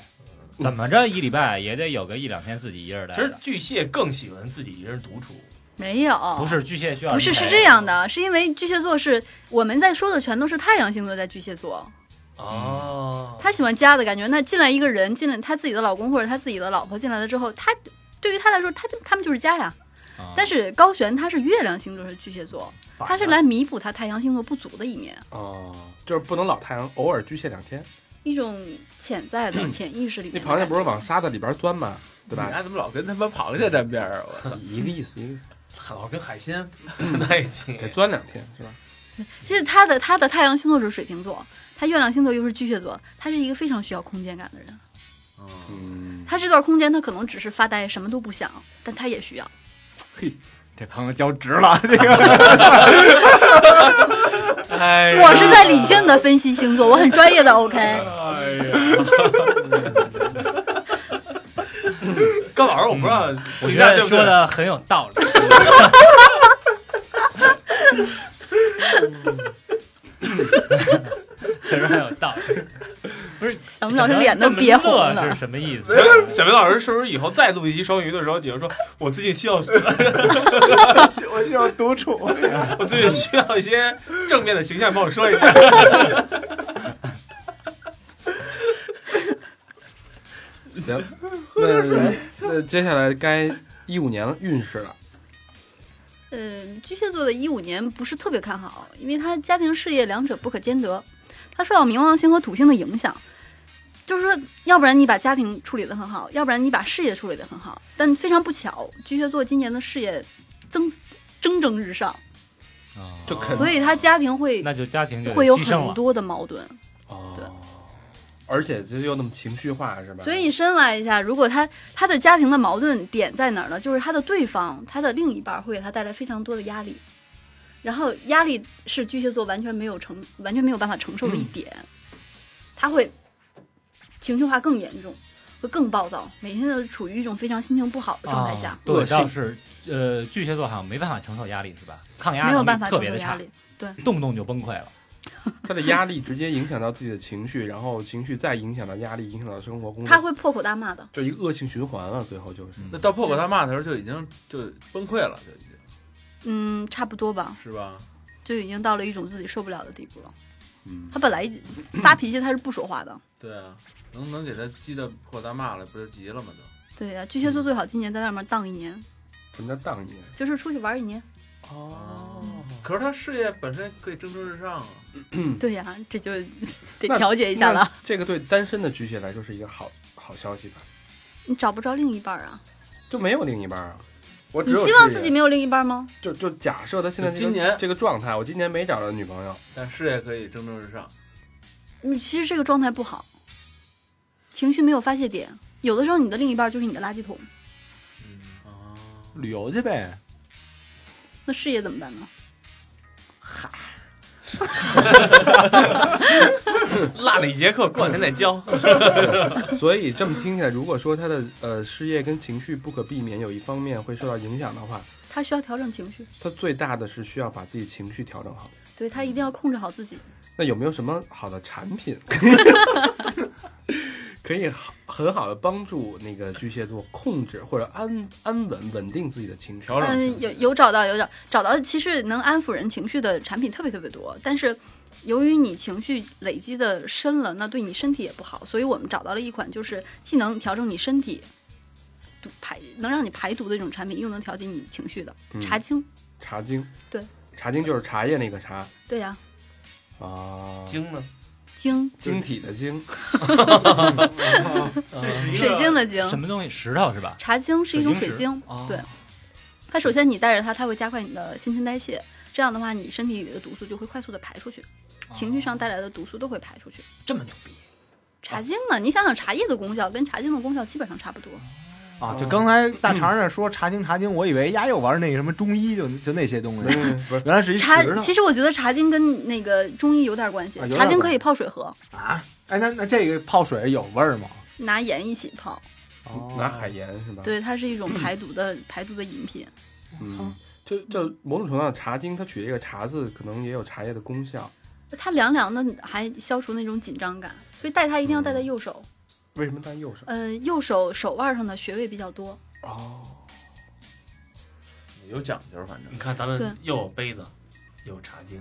S2: 怎么着一礼拜也得有个一两天自己一个人待
S3: 其实
S2: 着。
S3: 巨蟹更喜欢自己一个人独处，
S6: 没有，
S2: 不是巨蟹需要
S6: 不是
S2: 人陪
S6: 是这样的，是因为巨蟹座是我们在说的全都是太阳星座在巨蟹座，
S3: 哦，
S6: 他喜欢家的感觉。那进来一个人，进来他自己的老公或者他自己的老婆进来了之后，他对于他来说，他就他们就是家呀。
S2: 啊
S6: 但是高璇他是月亮星座是巨蟹座，他是来弥补他太阳星座不足的一面，
S3: 哦，
S5: 就是不能老太阳，偶尔巨蟹两天。
S6: 一种潜在的潜意识里
S5: 那
S6: 面的感
S5: 螃
S6: 觉。
S5: 蟹不是往沙子里边钻吗？对
S7: 你
S5: 吧？
S7: 家怎么老跟他妈螃蟹沾边儿啊？
S6: 嗯
S7: 我操！
S5: 一个意思，一个意思
S3: 好跟海 鲜在一起
S5: 得，钻两天是 吧？
S6: 其实他的他的太阳星座是水瓶座，他月亮星座又是巨蟹座，他是一个非常需要空间感的人。
S5: 嗯，
S6: 他这段空间，他可能只是发呆，什么都不想，但他也需要。
S4: 这朋友交直了，这个
S3: 哎呀
S6: 我是在理性的分析星座，我很专业的。OK，
S3: 哎呀，高老师，我不知道，
S2: 我
S3: 评
S2: 觉
S3: 价对
S2: 得
S3: 不
S2: 说
S3: 对
S2: 的很有道理。 确实很有道理。
S6: 小明老师脸都憋红
S2: 这么热
S6: 了
S2: 是。什么意思？
S3: 小小明老师是不是以后再录一期双鱼的时候，你就说我最近需要，
S4: 我就要独处。
S3: 我最近需要一些正面的形象，帮我说一下。
S5: 行，那那接下来该一五年了，运势了，
S6: 嗯，巨蟹座的一五年不是特别看好，因为他家庭事业两者不可兼得，他受到冥王星和土星的影响。就是说，要不然你把家庭处理得很好，要不然你把事业处理得很好，但非常不巧，巨蟹座今年的事业增蒸蒸日上，
S2: 啊
S5: 就肯
S6: 所以他家庭会
S2: 那就家庭就得
S6: 会有
S2: 牺牲
S6: 很
S2: 了。
S6: 多的矛盾。
S5: 哦而且这又那么情绪化是吧？
S6: 所以 你深挖一下，如果他他的家庭的矛盾点在哪儿呢？就是他的对方，他的另一半会给他带来非常多的压力，然后压力是巨蟹座完全没有承完全没有办法承受的一点，他会情绪化更严重，会更暴躁，每天都处于一种非常心情不好的状态下，
S2: 啊、
S5: 恶
S2: 对，
S5: 性
S2: 倒是呃，巨蟹座好像没办法承受压力是吧？抗压
S6: 没有
S2: 能
S6: 办
S2: 力
S6: 法
S2: 特
S6: 承
S2: 别
S6: 受
S2: 的
S6: 哦压
S2: 差，
S6: 力。
S2: 动不动就崩溃了。
S5: 他的压力直接影响到自己的情绪，然后情绪再影响到压力，影响到生活工
S6: 他
S5: 作，
S6: 会破口大骂的，
S5: 就一个恶性循环了。最后就是
S7: 那到破口大骂的时候就已经就崩溃了，就已经
S6: 嗯，差不多吧，
S7: 是吧？
S6: 就已经到了一种自己受不了的地步了。
S5: 嗯
S6: 他本来发脾气他是不说话的，
S7: 对啊，能能给他激到破口大骂了，不就急了吗？都
S6: 对呀、巨蟹座最好今年在外面荡一年，
S5: 什么叫荡一年？
S6: 就是出去玩一年。
S5: 哦，
S7: 可是他事业本身可以蒸蒸日上啊。
S6: 对呀、这 就得
S5: 嗯那
S6: 调节一下了。
S5: 这个对单身的巨蟹来说是一个好好消息吧？
S6: 你找不着另一半啊？
S5: 就没有另一半啊。我只
S6: 你
S5: 有
S6: 希望
S5: 事业
S6: 自己没有另一半吗？
S5: 就就假设他现在这个
S7: 就今年
S5: 这个状态，我今年没找着女朋友，
S7: 但事业可以蒸蒸日上，
S6: 你其实这个状态不好，情绪没有发泄点。有的时候你的另一半就是你的垃圾桶，
S4: 旅游去呗，
S6: 那事业怎么办呢？
S3: 辣里杰克过两天再教。
S5: 所以这么听起来，如果说他的呃事业跟情绪不可避免有一方面会受到影响的话，
S6: 他需要调整情绪，
S5: 他最大的是需要把自己情绪调整好。
S6: 对他一定要控制好自己。
S5: 那有没有什么好的产品， 可以好很好的帮助那个巨蟹座控制或者安安稳稳定自己的情绪？
S7: 调整
S6: 嗯，有有找到有找找到，其实能安抚人情绪的产品特别特别多，但是由于你情绪累积的深了，那对你身体也不好，所以我们找到了一款就是既能调整你身体毒排能让你排毒的一种产品，又能调节你情绪的
S5: 嗯
S6: 茶精。
S5: 茶精，
S6: 对，
S5: 茶精就是茶叶那个茶
S6: 对呀、
S5: 啊，
S3: 精呢？
S6: 精
S5: 晶体的晶，
S6: 水晶的精，
S2: 什么东西？石头是吧？
S6: 茶精是一种水
S2: 水
S6: 晶，
S2: 哦
S6: 对。它首先你带着它，它会加快你的新陈代谢，这样的话，你身体里的毒素就会快速的排出去，情绪上带来的毒素都会排出去。
S2: 这么牛逼？
S6: 茶精呢？你想想茶叶的功效跟茶精的功效基本上差不多，
S4: 啊，就刚才大肠上说查经查经，我以为丫又玩那个什么中医，就就那些东西，
S5: 不是
S4: 原来是一
S6: 茶
S4: 石，头
S6: 其实我觉得茶经跟那个中医有点关系
S4: 啊有。点
S6: 茶经
S4: 关
S6: 可以泡水喝，
S4: 啊！哎，那那这个泡水有味儿吗？
S6: 拿盐一起泡，
S5: 拿海盐是吧？，
S6: 对，它是一种排毒的、排毒的饮品。
S5: 嗯，就就某种程度上，茶经它取这个茶字，可能也有茶叶的功效。
S6: 它凉凉的，还消除那种紧张感，所以戴它一定要戴在右手。
S5: 为什么戴右手？
S6: 呃，右手手腕上的穴位比较多。
S5: 哦，
S7: 有讲究，反
S3: 你
S7: 正
S3: 看咱
S6: 对
S3: 们又有杯子，又有茶巾，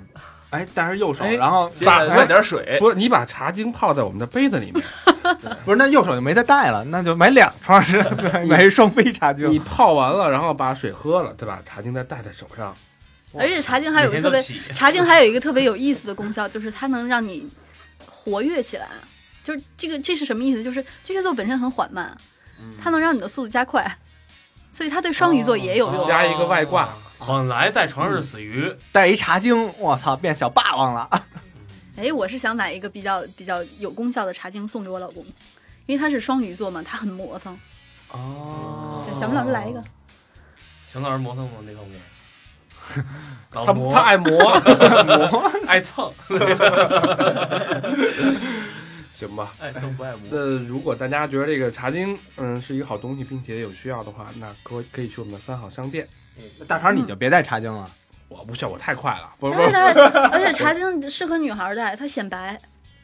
S4: 哎，但是右手，
S5: 哎
S4: 然后
S5: 咋
S7: 接着卖点水，
S5: 哎不是，你把茶经泡在我们的杯子里面，
S4: 不是那右手就没得带了，那就买两串 是吧买一双飞茶
S5: 你
S4: 巾。
S5: 泡完了，然后把水喝了，对吧？茶经再戴在手上，
S6: 而且茶经还
S3: 每
S6: 有个
S3: 天
S6: 特
S3: 都
S6: 别，
S3: 洗。
S6: 茶经还有一个特别有意思的功效，就是它能让你活跃起来。就是这个，这是什么意思？就是巨蟹座本身很缓慢，
S5: 嗯
S6: 它能让你的速度加快，所以它对哦双鱼座也有用。
S5: 加一个外挂，
S3: 本来在床上是死鱼，
S4: 带一茶巾，我操，变小霸王了！
S6: 哎，我是想买一个比较比较有功效的茶经送给我老公，因为他是双鱼座嘛，他很磨蹭。
S4: 哦
S6: 嗯对小明老师来一个，
S3: 邢老师磨蹭磨那 方面，老
S5: 他
S3: 磨
S5: 他爱磨，
S3: 爱蹭，
S5: 行吧？
S3: 爱蹭不爱磨。
S5: 那如果大家觉得这个茶经嗯是一个好东西，并且有需要的话，那可可以去我们的三好商店。
S4: 大肠你就别带茶巾了，
S5: 我不去，我太快了，不是不
S6: 而且
S5: 是，
S6: 它，哎 而且茶经适合女孩儿戴，它显白，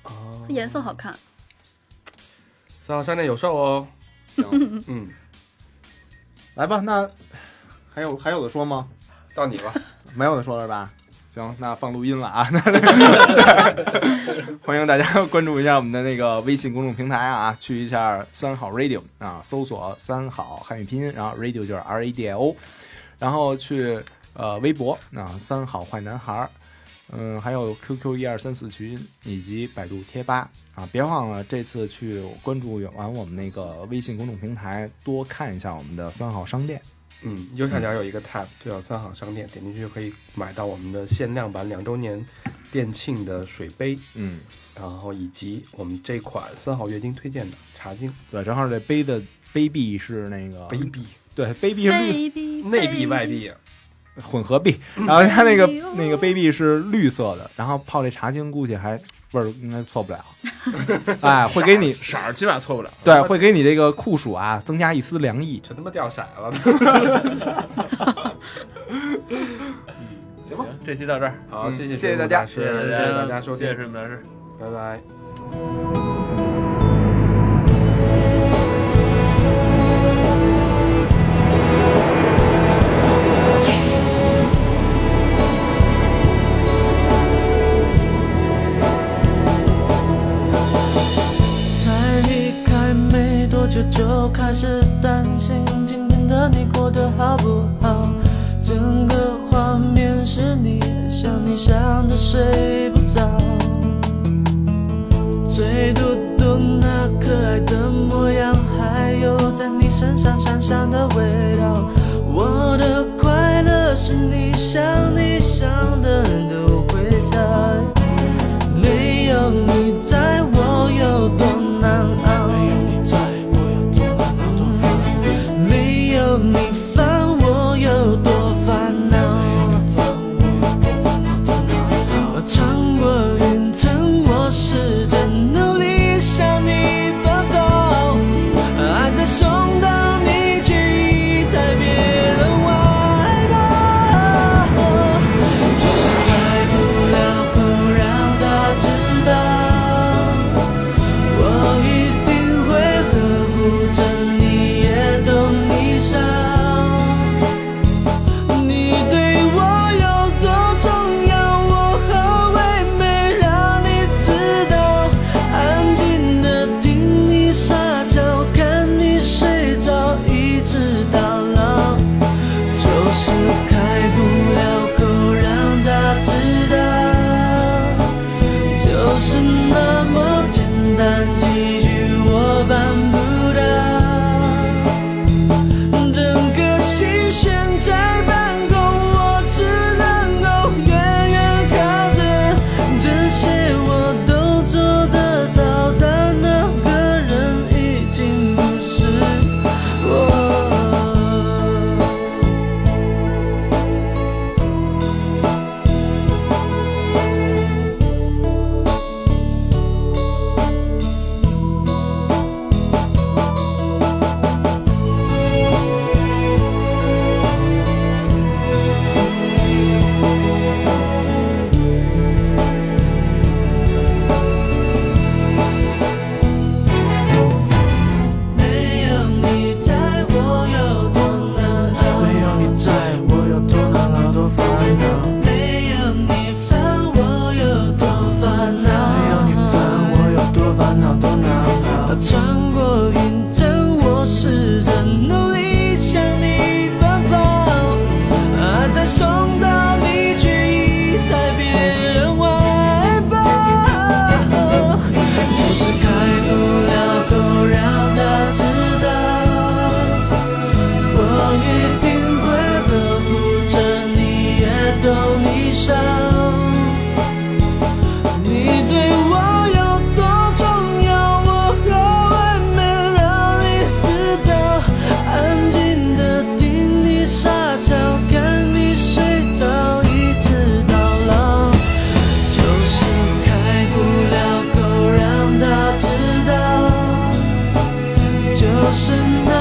S5: 哦
S6: 它颜色好看。
S5: 三好商店有售哦。
S4: 行，
S5: 嗯，
S4: 来吧，那还有还有的说吗？
S5: 到你了，
S4: 没有的说了吧？行，那放录音了啊！ 欢迎大家关注一下我们的那个微信公众平台啊，去一下三好 radio 啊，搜索三好汉语拼音，然后 radio 就是 R A D I O，然后去呃微博啊，三好坏男孩儿，嗯，还有 QQ 一二三四群以及百度贴吧啊，别忘了这次去关注完我们那个微信公众平台，多看一下我们的三好商店。
S5: 嗯，右下角有一个 tab，就叫三好商店，点进去就可以买到我们的限量版两周年店庆的水杯，
S4: 嗯，
S5: 然后以及我们这款三好月经推荐的茶经
S4: 对，正好这杯的杯壁是那个
S5: 杯壁，
S4: 对，卑鄙是
S6: baby，
S5: 内壁外壁，啊
S4: 绿混合壁，然后它那个
S6: 哎呦
S4: 那个卑鄙是绿色的，然后泡这茶精估计还味儿应该错不了，哎，会给你
S7: 色儿起码错不了。
S4: 对会给你这个酷暑啊增加一丝凉意。
S5: 全他妈掉色了。
S7: 行吧，这期到这儿，
S5: 好，谢谢
S4: 嗯谢谢
S5: 水母
S4: 大家
S5: 大师，
S7: 谢谢
S5: 谢
S7: 啊大家，
S5: 大家收
S7: 谢谢
S5: 听，
S7: 水木老师。
S5: 拜拜。
S8: 才离开没多久就开始担心今天的你过得好不好？整个画面是你，想你想的睡不着。最嘟嘟那可爱的模样，还有在你身上香香的味道。我的快乐是你想你想的都会在。没有你在我有多难熬，没有你烦我有多烦恼，穿啊是那